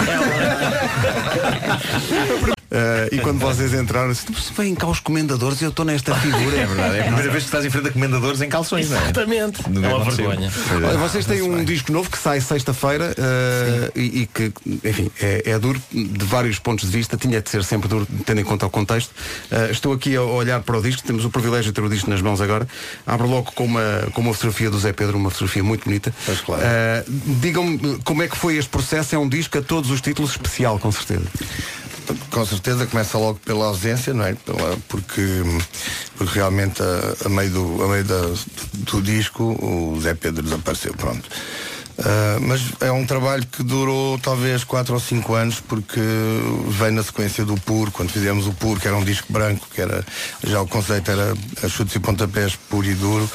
Speaker 1: Uh, e quando vocês entraram, assim, "Mas vêm cá os comendadores e eu estou nesta figura.
Speaker 6: É verdade, é a primeira vez que estás em frente a comendadores em calções, não é?
Speaker 8: Exatamente.
Speaker 6: Não
Speaker 8: É uma
Speaker 6: aconteceu.
Speaker 8: vergonha.
Speaker 1: Olha, vocês têm um disco novo que sai sexta-feira uh, e, e que, enfim, é, é duro de vários pontos de vista, tinha de ser sempre duro, tendo em conta o contexto. Uh, estou aqui a olhar para o disco, temos o privilégio de ter o disco nas mãos agora. Abro logo com uma, com uma fotografia do Zé Pedro, uma fotografia muito bonita. Uh, Digam-me como é que foi este processo, é um disco a todos os títulos especial, com certeza.
Speaker 13: Com certeza começa logo pela ausência, não é? Pela- porque, porque realmente a, a meio, do, a meio da- do disco o Zé Pedro desapareceu, pronto. Ah, mas é um trabalho que durou talvez 4 ou 5 anos porque vem na sequência do Pur, quando fizemos o Pur, que era um disco branco, que era já o conceito era chutes e pontapés puro e duro,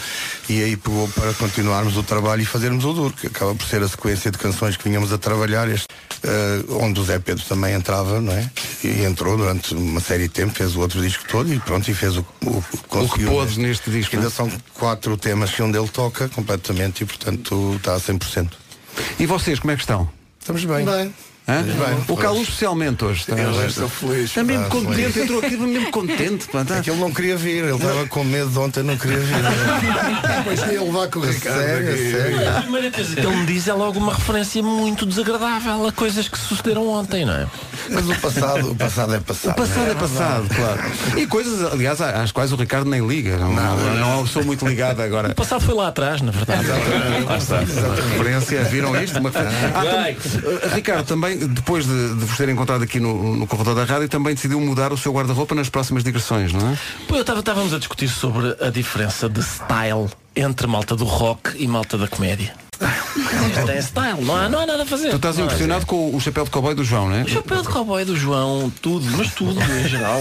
Speaker 13: e aí pegou para continuarmos o trabalho e fazermos o duro, que acaba por ser a sequência de canções que vinhamos a trabalhar, este, ah, onde o Zé Pedro também entrava, não é? E entrou durante uma série de tempo, fez o outro disco todo e pronto, e fez o, o,
Speaker 1: O que
Speaker 13: conseguiu né?
Speaker 1: pôde neste disco. né?
Speaker 13: Ainda são quatro temas que onde ele toca completamente e portanto está a 100%.
Speaker 1: E vocês, como é que estão?
Speaker 13: Estamos bem. Bem.
Speaker 1: Hã?
Speaker 13: Estamos bem.
Speaker 1: o Carlos especialmente hoje. está-
Speaker 13: Eu estou feliz.
Speaker 1: Está mesmo
Speaker 13: Ah,
Speaker 1: contente,
Speaker 13: feliz.
Speaker 1: entrou aqui mesmo contente. pá, tá.
Speaker 13: É que ele não queria vir, ele estava com medo de ontem, não queria vir. Pois ia levar com o Ricardo. Sério,
Speaker 8: aqui.
Speaker 13: sério.
Speaker 8: A primeira coisa que ele me diz é logo uma referência muito desagradável a coisas que sucederam ontem, não é?
Speaker 13: Mas o passado, o passado é passado.
Speaker 1: O passado é passado, claro. E coisas, aliás, às quais o Ricardo nem liga. Não, não, não sou muito ligado agora.
Speaker 8: O passado foi lá atrás, na verdade. Lá está.
Speaker 1: referência, viram isto? Uma... Ah, tam- eh, Ricardo, também, depois de, de vos ter encontrado aqui no, no corredor da rádio, também decidiu mudar o seu guarda-roupa nas próximas digressões, não é?
Speaker 8: Pô, eu estava estávamos a discutir sobre a diferença de style entre malta do rock e malta da comédia. Isto Tem style, não há, não há nada a fazer.
Speaker 1: Tu estás
Speaker 8: Não é? há nada a
Speaker 1: impressionado com o- o chapéu de cowboy do João, não é?
Speaker 8: fazer. O chapéu de cowboy do João, tudo, mas tudo em geral.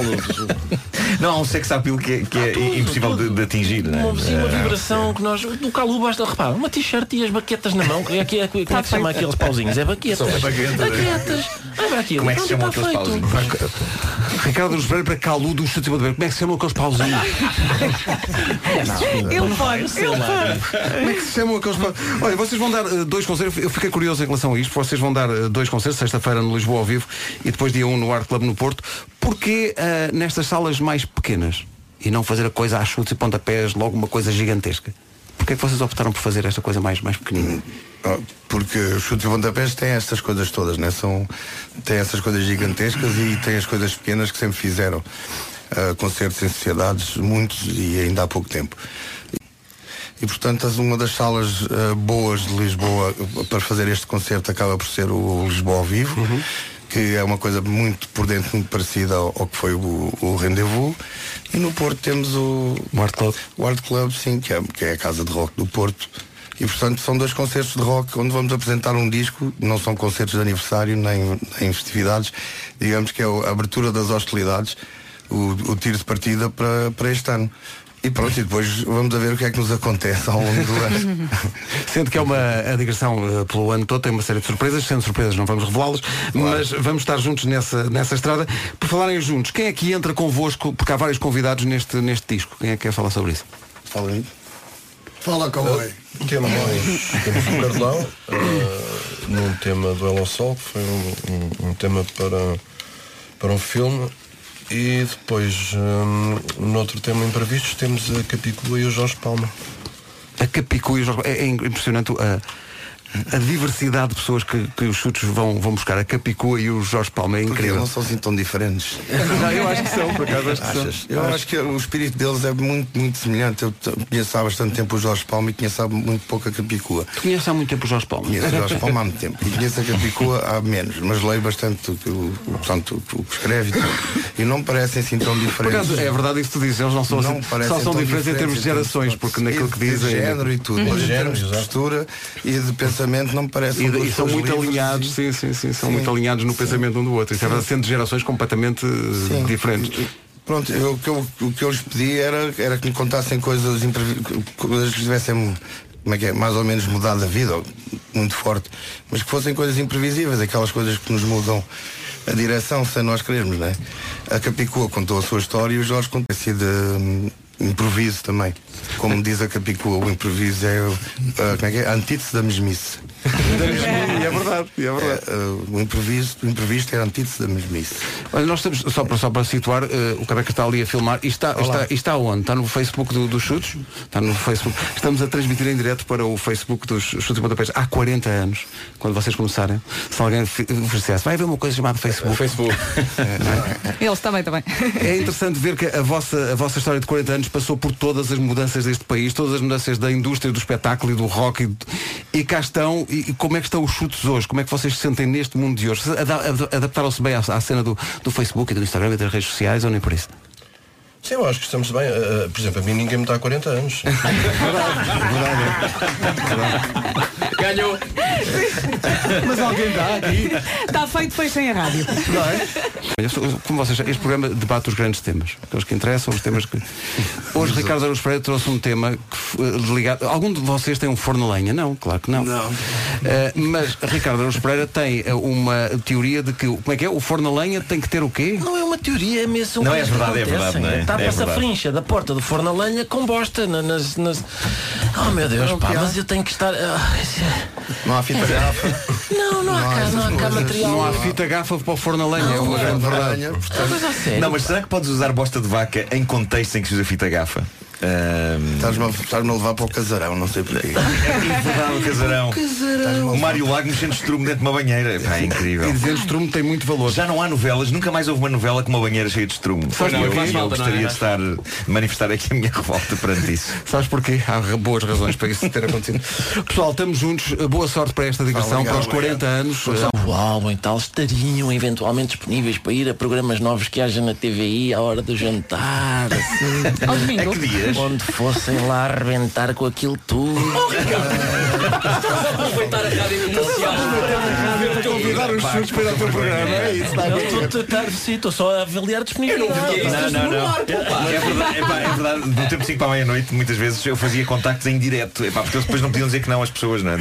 Speaker 6: Não, há um sexo appeal que é, que é impossível de, de atingir. né?
Speaker 8: Uma, sim, uma
Speaker 6: Ah,
Speaker 8: vibração que nós. Do Calu basta, repara, uma t-shirt e as baquetas na mão. que É, que é, como é
Speaker 7: Tá
Speaker 8: que se chama aqueles pauzinhos? É baquetas.
Speaker 6: São baquetas. né?
Speaker 8: Baquetas. Ah, vai aquilo.
Speaker 1: Como é que se
Speaker 8: Pronto,
Speaker 1: chamam
Speaker 8: está feito.
Speaker 1: aqueles pauzinhos? Ricardo dos Pereira para Calu do Chute de Como é que se chamam aqueles pauzinhos?
Speaker 7: Não. Eu pago, sei lá.
Speaker 1: Como é que se chamam aqueles pa- Olha, vocês vão dar eh, dois concertos, eu fiquei curioso em relação a isto, vocês vão dar eh, dois concertos, sexta-feira no Lisboa ao vivo e depois dia 1 no Art Club no Porto. Porquê eh, nestas salas mais pequenas e não fazer a coisa a chutes e pontapés, logo uma coisa gigantesca? Porquê é que vocês optaram por fazer esta coisa mais, mais pequenina?
Speaker 13: Ah, Porque os chutes e pontapés têm estas coisas todas, né? São, têm essas coisas gigantescas e têm as coisas pequenas que sempre fizeram. Ah, concertos em sociedades, muitos e ainda há pouco tempo. E portanto as- uma das salas ah, boas de Lisboa eh, para fazer este concerto acaba por ser o Lisboa ao vivo, que é uma coisa muito por dentro, muito parecida ao, ao que foi o, o Rendezvous. E no Porto temos o,
Speaker 1: o Art Club.
Speaker 13: Club, sim, que é, que é a casa de rock do Porto. E portanto são dois concertos de rock onde vamos apresentar um disco, não são concertos de aniversário nem, nem festividades, digamos que é o- a abertura das hostilidades, o, o tiro de partida para, para este ano. E pronto, e depois vamos a ver o que é que nos acontece ao longo do ano.
Speaker 1: Sendo que é uma a digressão eh, pelo ano todo, tem uma série de surpresas, sendo surpresas não vamos revelá-las, mas vamos estar juntos nessa, nessa estrada. Por falarem juntos, quem é que entra convosco, porque há vários convidados neste, neste disco, quem é que quer falar sobre isso?
Speaker 13: Fala aí.
Speaker 14: Fala cowboy. Temos, temos o Carlão eh, num tema do El ao Sol, que foi um, um- um tema para, para um filme. E depois, eh, noutro tema imprevisto, temos a Capicua e o Jorge Palma.
Speaker 1: A Capicu e os... é, é impressionante a, a diversidade de pessoas que, que os chutes vão, vão buscar. A Capicua e o Jorge Palma é
Speaker 13: Porque eles
Speaker 1: incrível.
Speaker 13: não são assim tão diferentes.
Speaker 1: Não, eu acho que são, por acaso acho que são.
Speaker 13: Achas? Eu acho que o espírito deles é muito, muito semelhante. Eu t- conheço há bastante tempo o Jorge Palma e conheço há muito pouco a Capicua.
Speaker 1: Tu conheces há muito tempo o Jorge Palma?
Speaker 13: Conheço o Jorge Palma há muito tempo. E conheço a Capicua há menos, mas leio bastante o, que- o, portanto, o que escreve e tudo. e não me parecem assim tão
Speaker 1: Por
Speaker 13: diferentes.
Speaker 1: acaso, é verdade isso que tu dizes, eles não são
Speaker 13: Não
Speaker 1: assim,
Speaker 13: parecem
Speaker 1: só são
Speaker 13: tão
Speaker 1: diferentes em termos de
Speaker 13: diferentes,
Speaker 1: gerações, porque naquilo que
Speaker 13: E
Speaker 1: dizem. é
Speaker 13: de género e tudo, mas em termos de
Speaker 1: exato.
Speaker 13: postura e de pensamento não me um parecem
Speaker 1: E,
Speaker 13: duas
Speaker 1: e são
Speaker 13: pessoas
Speaker 1: muito
Speaker 13: livres
Speaker 1: alinhados, sim, sim, sim, são muito alinhados no pensamento um do outro. Isso é verdade, sendo de gerações completamente eh, diferentes.
Speaker 13: Pronto, eu- o, que eu, o que eu lhes pedi era, era que me contassem coisas, imprevi- coisas que tivessem como é que é, mais ou menos mudado a vida, ou muito forte, mas que fossem coisas imprevisíveis, aquelas coisas que nos mudam a direção sem nós querermos, não é? A Capicua contou a sua história e o Jorge contou assim de hum, improviso também. Como diz a Capicua, o improviso é, o- ah, como é, que é? a antítese da mesmice.
Speaker 1: E é verdade, é verdade.
Speaker 13: ah, o, improviso, o imprevisto é a antítese da mesmice.
Speaker 1: Olha, nós estamos, só para, só para situar, eh, o Cabeca está ali a filmar. E está,
Speaker 13: Olá.
Speaker 1: está, e está onde? Está no Facebook do- dos Chutes? Está no Facebook. Estamos a transmitir em direto para o Facebook dos Chutes e Pontapés há 40 anos, quando vocês começarem. Se alguém fi- oferecesse, vai haver uma coisa chamada Facebook.
Speaker 9: Facebook.
Speaker 2: Eles também, também.
Speaker 1: É interessante ver que a vossa, a vossa história de 40 anos passou por todas as mudanças deste país, todas as mudanças da indústria do espetáculo e do rock. E, e cá estão, e, e como é que estão os chutes hoje? Como é que vocês se sentem neste mundo de hoje? Se ada- ad- Adaptaram-se bem à, à cena do, do Facebook e do Instagram e das redes sociais ou nem por isso?
Speaker 14: Sim, eu acho que estamos bem. Ah, ah, por exemplo, a mim ninguém me dá 40 anos.
Speaker 9: Ganhou.
Speaker 2: Mas
Speaker 1: alguém dá aqui.
Speaker 2: Está Tá feito, fechem a rádio.
Speaker 1: Não é? Eu sou- Como vocês sabem, este programa debate os grandes temas, aqueles que interessam, os temas que. Hoje Ricardo Araújo Pereira trouxe um tema que f- eh, ligado. Algum de vocês tem um forno a lenha? Não, claro que não. Não. mas Ricardo Araújo Pereira tem eh, uma teoria de que. o- Como é que é? O forno a lenha tem que ter o quê?
Speaker 8: Não é uma teoria, é mesmo
Speaker 1: Não, é
Speaker 8: coisas que
Speaker 1: verdade, é verdade,
Speaker 8: acontecem.
Speaker 1: não é? É
Speaker 8: Tapa-se a
Speaker 1: verdade.
Speaker 8: frincha da porta do forno a lenha com bosta na- nas, nas- Oh meu Deus,
Speaker 14: Não,
Speaker 8: pá,
Speaker 14: piada.
Speaker 8: mas eu tenho que estar... Ah, isso é-
Speaker 14: Não há fita gafa.
Speaker 8: Não, não há cá, não há cá material.
Speaker 1: Não há fita gafa para o forno a lenha, é uma grande verdade.
Speaker 6: É. Não, mas será que podes usar bosta de vaca em contexto em que se usa fita gafa?
Speaker 13: Estás-me a, estás-me a levar para o casarão, não sei porquê.
Speaker 15: Ah,
Speaker 6: É verdade, o casarão. O Mário Lago mexendo estrume dentro de uma banheira. Pá, é incrível.
Speaker 1: E dizer estrume tem muito valor.
Speaker 6: Já não há novelas, nunca mais houve uma novela com uma banheira cheia de estrume.
Speaker 1: Faz
Speaker 6: eu,
Speaker 1: muito
Speaker 6: eu
Speaker 1: faz falta,
Speaker 6: gostaria
Speaker 1: não é?
Speaker 6: de estar manifestar aqui a minha revolta perante isso.
Speaker 1: Sabes porquê? Há ra- boas razões para isso ter acontecido. Pessoal, estamos juntos. Boa sorte para esta digressão, para os 40 anos. eh,
Speaker 8: O álbum e tal estariam eventualmente disponíveis para ir a programas novos que haja na TVI à hora do jantar, assim.
Speaker 7: Ao domingo.
Speaker 8: É que dias? Onde fossem lá arrebentar com aquilo tudo.
Speaker 9: Aproveitar Oh, a rádio comercial.
Speaker 1: Convidar os surdos para ir ao teu programa. É isso, dá
Speaker 8: Não, estou a tratar, sim, estou só a avaliar disponibilidade.
Speaker 6: Não, não, não. É verdade, é pá, é verdade. Do tempo 5 para a meia-noite, muitas vezes eu fazia contactos em direto. É pá, porque eles depois não podiam dizer que não às pessoas, não é? Eh,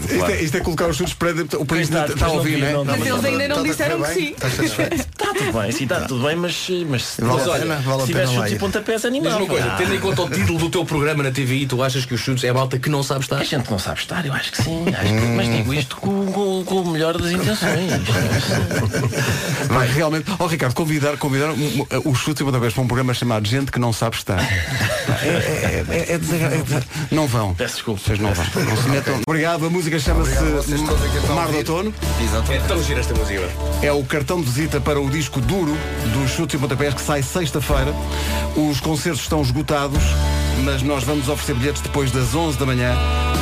Speaker 1: Isto
Speaker 6: claro.
Speaker 1: é, isto é colocar os surdos para dentro. O país está,
Speaker 8: Pois
Speaker 1: a ouvir,
Speaker 8: vi,
Speaker 1: né?
Speaker 8: vi.
Speaker 1: Mas
Speaker 2: eles ainda não disseram que
Speaker 1: tá
Speaker 2: sim.
Speaker 8: Está tudo bem, sim, está tudo bem, mas, mas,
Speaker 9: Vale
Speaker 8: mas
Speaker 9: a
Speaker 8: olha,
Speaker 9: pena, vale a
Speaker 8: se tivesse
Speaker 9: pena lá
Speaker 8: chutes e
Speaker 9: ir.
Speaker 8: pontapés
Speaker 9: Diz
Speaker 8: animal. Ah,
Speaker 9: uma coisa, tendo em conta o título do teu programa na TVI, tu achas que os chutes é malta que não sabe estar? A
Speaker 8: gente não sabe estar, eu acho que sim. Acho que- mas
Speaker 9: Hum.
Speaker 8: digo isto com, com- com o melhor das intenções.
Speaker 1: Vai, realmente. Ó Ricardo, convidar, convidar um- um- os chutes e pontapés para um programa chamado Gente que não sabe estar. É, é, é, é desagra- é desa- Não vão. Peço desculpa. Vocês não vão. Não se metam. Obrigado. A música chama-se Mar do Outono.
Speaker 9: É tão gira esta música.
Speaker 1: É o cartão de visita para o disco duro dos Chutes e Pontapés que sai sexta-feira. Os concertos estão esgotados, mas nós vamos oferecer bilhetes depois das 11 da manhã,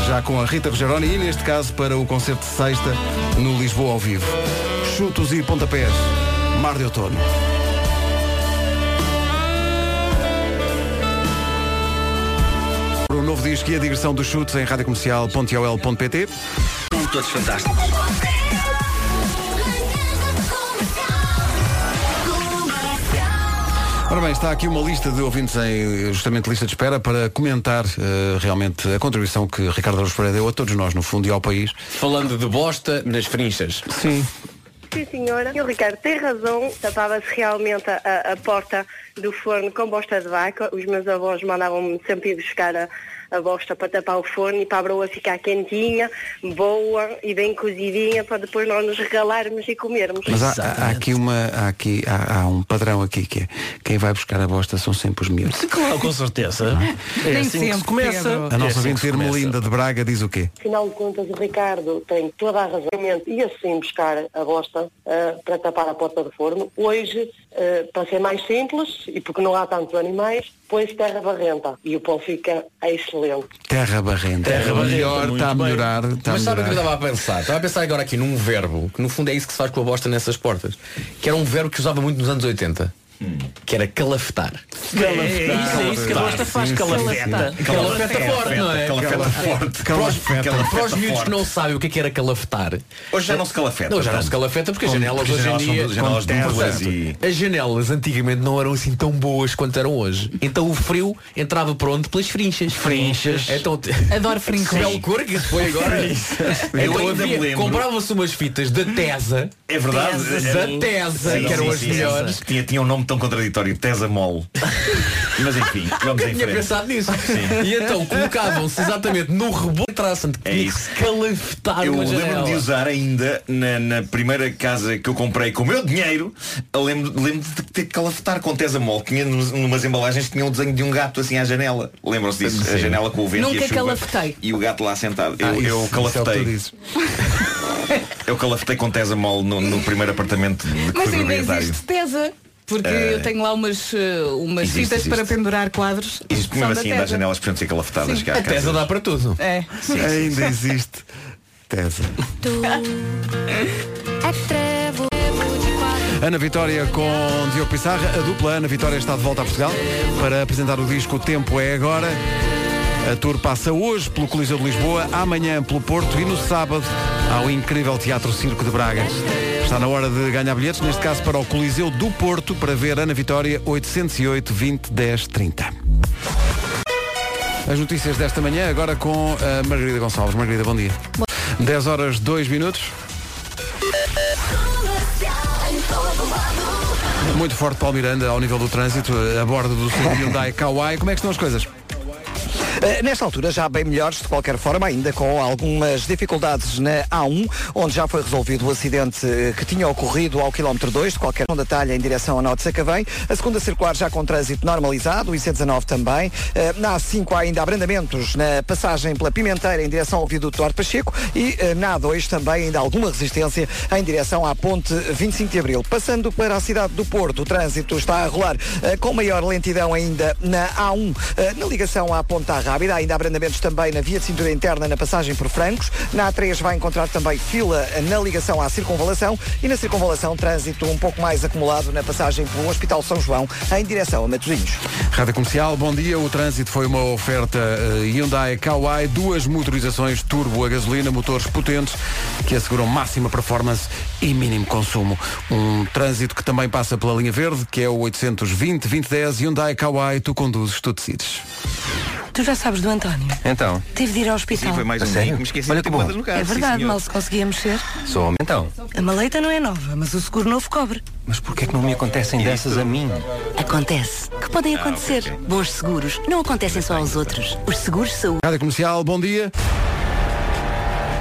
Speaker 1: já com a Rita Rogeroni e neste caso para o concerto de sexta no Lisboa ao vivo. Chutos e Pontapés, Mar de Outono. O novo disco e a digressão dos chutes em radiocomercial.ol.pt
Speaker 16: Todos fantásticos.
Speaker 1: Ora bem, está aqui uma lista de ouvintes em eh, justamente lista de espera para comentar eh, realmente a contribuição que Ricardo Araújo Pereira deu a todos nós, no fundo, e ao país.
Speaker 9: Falando de bosta nas frinchas.
Speaker 1: Sim.
Speaker 15: Sim, senhora. E o Ricardo tem razão. Tapava-se realmente a, a porta do forno com bosta de vaca. Os meus avós mandavam-me sempre ir buscar a, a bosta para tapar o forno e para a broa ficar quentinha, boa e bem cozidinha para depois nós nos regalarmos e comermos.
Speaker 1: Mas há, há- há aqui uma. Há, aqui, há, há um padrão aqui que é quem vai buscar a bosta são sempre os miúdos.
Speaker 8: Claro, com certeza. É
Speaker 15: Nem
Speaker 8: assim que se
Speaker 15: sempre,
Speaker 8: começa.
Speaker 15: Pedro.
Speaker 1: A
Speaker 8: É
Speaker 1: nossa
Speaker 8: assim que
Speaker 1: ouvinte
Speaker 8: se começa.
Speaker 1: Irmelinda de Braga diz o quê?
Speaker 15: Afinal de contas, o Ricardo tem toda a razão. Realmente Ia sim buscar a bosta ah, para tapar a porta do forno. Hoje, ah, para ser mais simples, e porque não há tantos animais, põe-se terra barrenta. E o pão fica excelente.
Speaker 1: Terra barrenta.
Speaker 9: Terra barrenta,
Speaker 1: melhor,
Speaker 9: muito
Speaker 1: está a
Speaker 9: bem.
Speaker 1: melhorar. Está a
Speaker 9: Mas sabe o
Speaker 1: melhorar.
Speaker 9: que eu estava a pensar? Estava a pensar agora aqui num verbo, que no fundo é isso que se faz com a bosta nessas portas, que era um verbo que usava muito nos anos 80. Que era calafetar.
Speaker 8: Calafetar. É isso, é isso que a bosta faz, calafeta.
Speaker 9: Calafeta
Speaker 8: Calafeta
Speaker 9: forte, não é?
Speaker 8: Calafeta forte.
Speaker 9: Para os-
Speaker 8: Calafeta
Speaker 9: Para os miúdos que
Speaker 8: forte.
Speaker 9: não sabem o que é que era calafetar.
Speaker 6: Hoje já não se calafeta,
Speaker 9: Não, já não
Speaker 6: tanto.
Speaker 9: se calafeta porque as
Speaker 6: Com-
Speaker 9: janelas
Speaker 6: porque as
Speaker 9: hoje em
Speaker 6: janelas são
Speaker 9: dia.
Speaker 6: de- janelas
Speaker 9: com
Speaker 6: duplas
Speaker 9: teto.
Speaker 6: e-
Speaker 9: As janelas antigamente não eram assim tão boas quanto eram hoje. Então o frio entrava por onde? Pelas frinchas. Frinchas. Então,
Speaker 2: Adoro frinchas.
Speaker 9: Que belo cor que se foi agora.
Speaker 2: Frinchas.
Speaker 9: então
Speaker 2: Eu ainda me
Speaker 9: havia,
Speaker 2: lembro.
Speaker 9: comprava-se umas fitas da Tesa.
Speaker 6: É verdade.
Speaker 9: Da Tesa,
Speaker 6: Sim,
Speaker 9: que eram
Speaker 6: sim,
Speaker 9: as
Speaker 6: sim,
Speaker 9: melhores.
Speaker 6: sim. Tinha, tinha um nome tão contraditório, Tesa Mol. Mas enfim, vamos
Speaker 9: Nunca
Speaker 6: em
Speaker 9: tinha
Speaker 6: frente.
Speaker 9: pensado nisso.
Speaker 6: Sim. É
Speaker 9: E então colocavam-se exatamente no rebote traçante que tinha que se calafetar
Speaker 6: Eu
Speaker 9: uma
Speaker 6: lembro
Speaker 9: janela.
Speaker 6: de usar ainda na, na primeira casa que eu comprei com o meu dinheiro, eu lembro, lembro de ter que calafetar com tesamol. Tinha num- numas embalagens que tinha um desenho de um gato assim à janela. Lembram-se disso?
Speaker 9: Sim.
Speaker 6: A janela com o vento e
Speaker 2: Nunca
Speaker 6: a chuva.
Speaker 2: calafetei.
Speaker 6: E o gato lá sentado. Eu,
Speaker 1: Ah, isso-
Speaker 6: eu
Speaker 1: isso é o que tu
Speaker 6: calafetei.
Speaker 1: dizes.
Speaker 6: Eu calafetei com tesamol no, no primeiro apartamento de que
Speaker 2: Mas
Speaker 6: fui
Speaker 2: ainda
Speaker 6: proprietário.
Speaker 2: existe tesa. Porque
Speaker 6: Eh,
Speaker 2: eu tenho lá umas, eh, umas
Speaker 6: existe,
Speaker 2: fitas
Speaker 6: existe.
Speaker 2: para pendurar quadros.
Speaker 6: Existe
Speaker 2: São
Speaker 6: mesmo
Speaker 2: da
Speaker 6: assim ainda as
Speaker 2: tesa.
Speaker 6: janelas precisam ser calafetadas.
Speaker 2: Sim.
Speaker 6: que há
Speaker 2: A
Speaker 6: casas.
Speaker 9: Tesa dá para tudo.
Speaker 2: É.
Speaker 1: Ainda existe. Tesa.
Speaker 7: é Tu atrevo de quatro.
Speaker 1: Ana Vitória com Diogo Pissarra. A dupla Ana Vitória está de volta a Portugal para apresentar o disco O Tempo é Agora. A tour passa hoje pelo Coliseu de Lisboa, amanhã pelo Porto e no sábado ao incrível Teatro Circo de Braga. Está na hora de ganhar bilhetes, neste caso para o Coliseu do Porto, para ver Ana Vitória 808 20 10 30. As notícias desta manhã, agora com a Margarida Gonçalves. Margarida, bom dia. 10 horas 2 minutos. Muito forte Paulo Miranda ao nível do trânsito, a bordo do seu Hyundai Kauai. Como é que estão as coisas?
Speaker 3: Eh, Nesta altura já bem melhores, de qualquer forma, ainda com algumas dificuldades na A1, onde já foi resolvido o acidente eh, que tinha ocorrido ao quilómetro 2, de qualquer segunda talha em direção a Norte Sacavém. A segunda circular já com trânsito normalizado, o IC19 também. Eh, Na A5 há ainda abrandamentos na passagem pela Pimenteira em direção ao viaduto Duarte Pacheco e eh, na A2 também ainda alguma resistência em direção à ponte 25 de Abril. Passando para a cidade do Porto, o trânsito está a rolar eh, com maior lentidão ainda na A1, eh, na ligação à Ponta Rábida. Há ainda abrandamentos também na via de cintura interna, na passagem por Francos. Na A3 vai encontrar também fila eh, na ligação à Circunvalação e na Circunvalação trânsito um pouco mais acumulado na passagem pelo Hospital São João em direção a Matosinhos.
Speaker 1: Rádio Comercial, bom dia. O trânsito foi uma oferta eh, Hyundai Kauai, duas motorizações turbo a gasolina, motores potentes que asseguram máxima performance e mínimo consumo. Um trânsito que também passa pela linha verde, que é o 820-2010 Hyundai Kauai, tu conduzes, tu decides.
Speaker 17: Tu já sabes do António.
Speaker 1: Então,
Speaker 17: Teve de ir ao hospital.
Speaker 1: Sim,
Speaker 6: Tipo,
Speaker 1: foi mais um
Speaker 17: A
Speaker 1: dia
Speaker 17: sério?
Speaker 1: que me esqueci Olha de ter que bom. botas no carro,
Speaker 17: É
Speaker 1: sim,
Speaker 17: verdade,
Speaker 1: senhor.
Speaker 17: mal se conseguia mexer.
Speaker 5: Sou homem. Então,
Speaker 17: A maleta não é nova, mas o seguro novo cobre.
Speaker 5: mas porquê é que não me acontecem dessas a mim?
Speaker 4: Acontece. Que podem
Speaker 1: Ah,
Speaker 4: acontecer. Bons seguros não acontecem só aos outros. Os seguros saúde.
Speaker 1: Rádio Comercial, bom dia.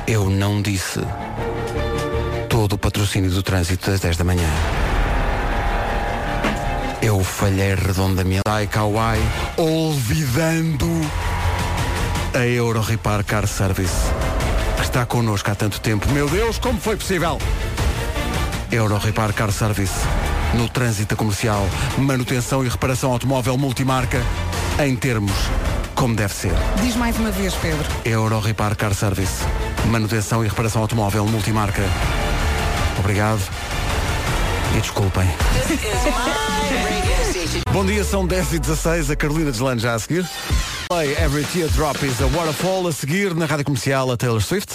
Speaker 1: Eu não disse todo o patrocínio do trânsito das 10 da manhã. Eu falhei redondamente. Dai Kauai, olvidando a Euro Repar Car Service, que está connosco há tanto tempo. Meu Deus, como foi possível? Euro Repar Car Service. No trânsito comercial, manutenção e reparação automóvel multimarca, em termos como deve ser.
Speaker 2: Diz mais uma vez, Pedro.
Speaker 1: Euro Repar Car Service. Manutenção e reparação automóvel multimarca. Obrigado. E desculpem. Bom dia, são 10 e 16 A Carolina Deslandes já a seguir. Play Every Teardrop is a Waterfall. A seguir, na rádio comercial, a Taylor Swift.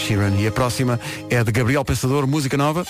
Speaker 1: Sheeran. E a próxima é de Gabriel Pensador, música nova.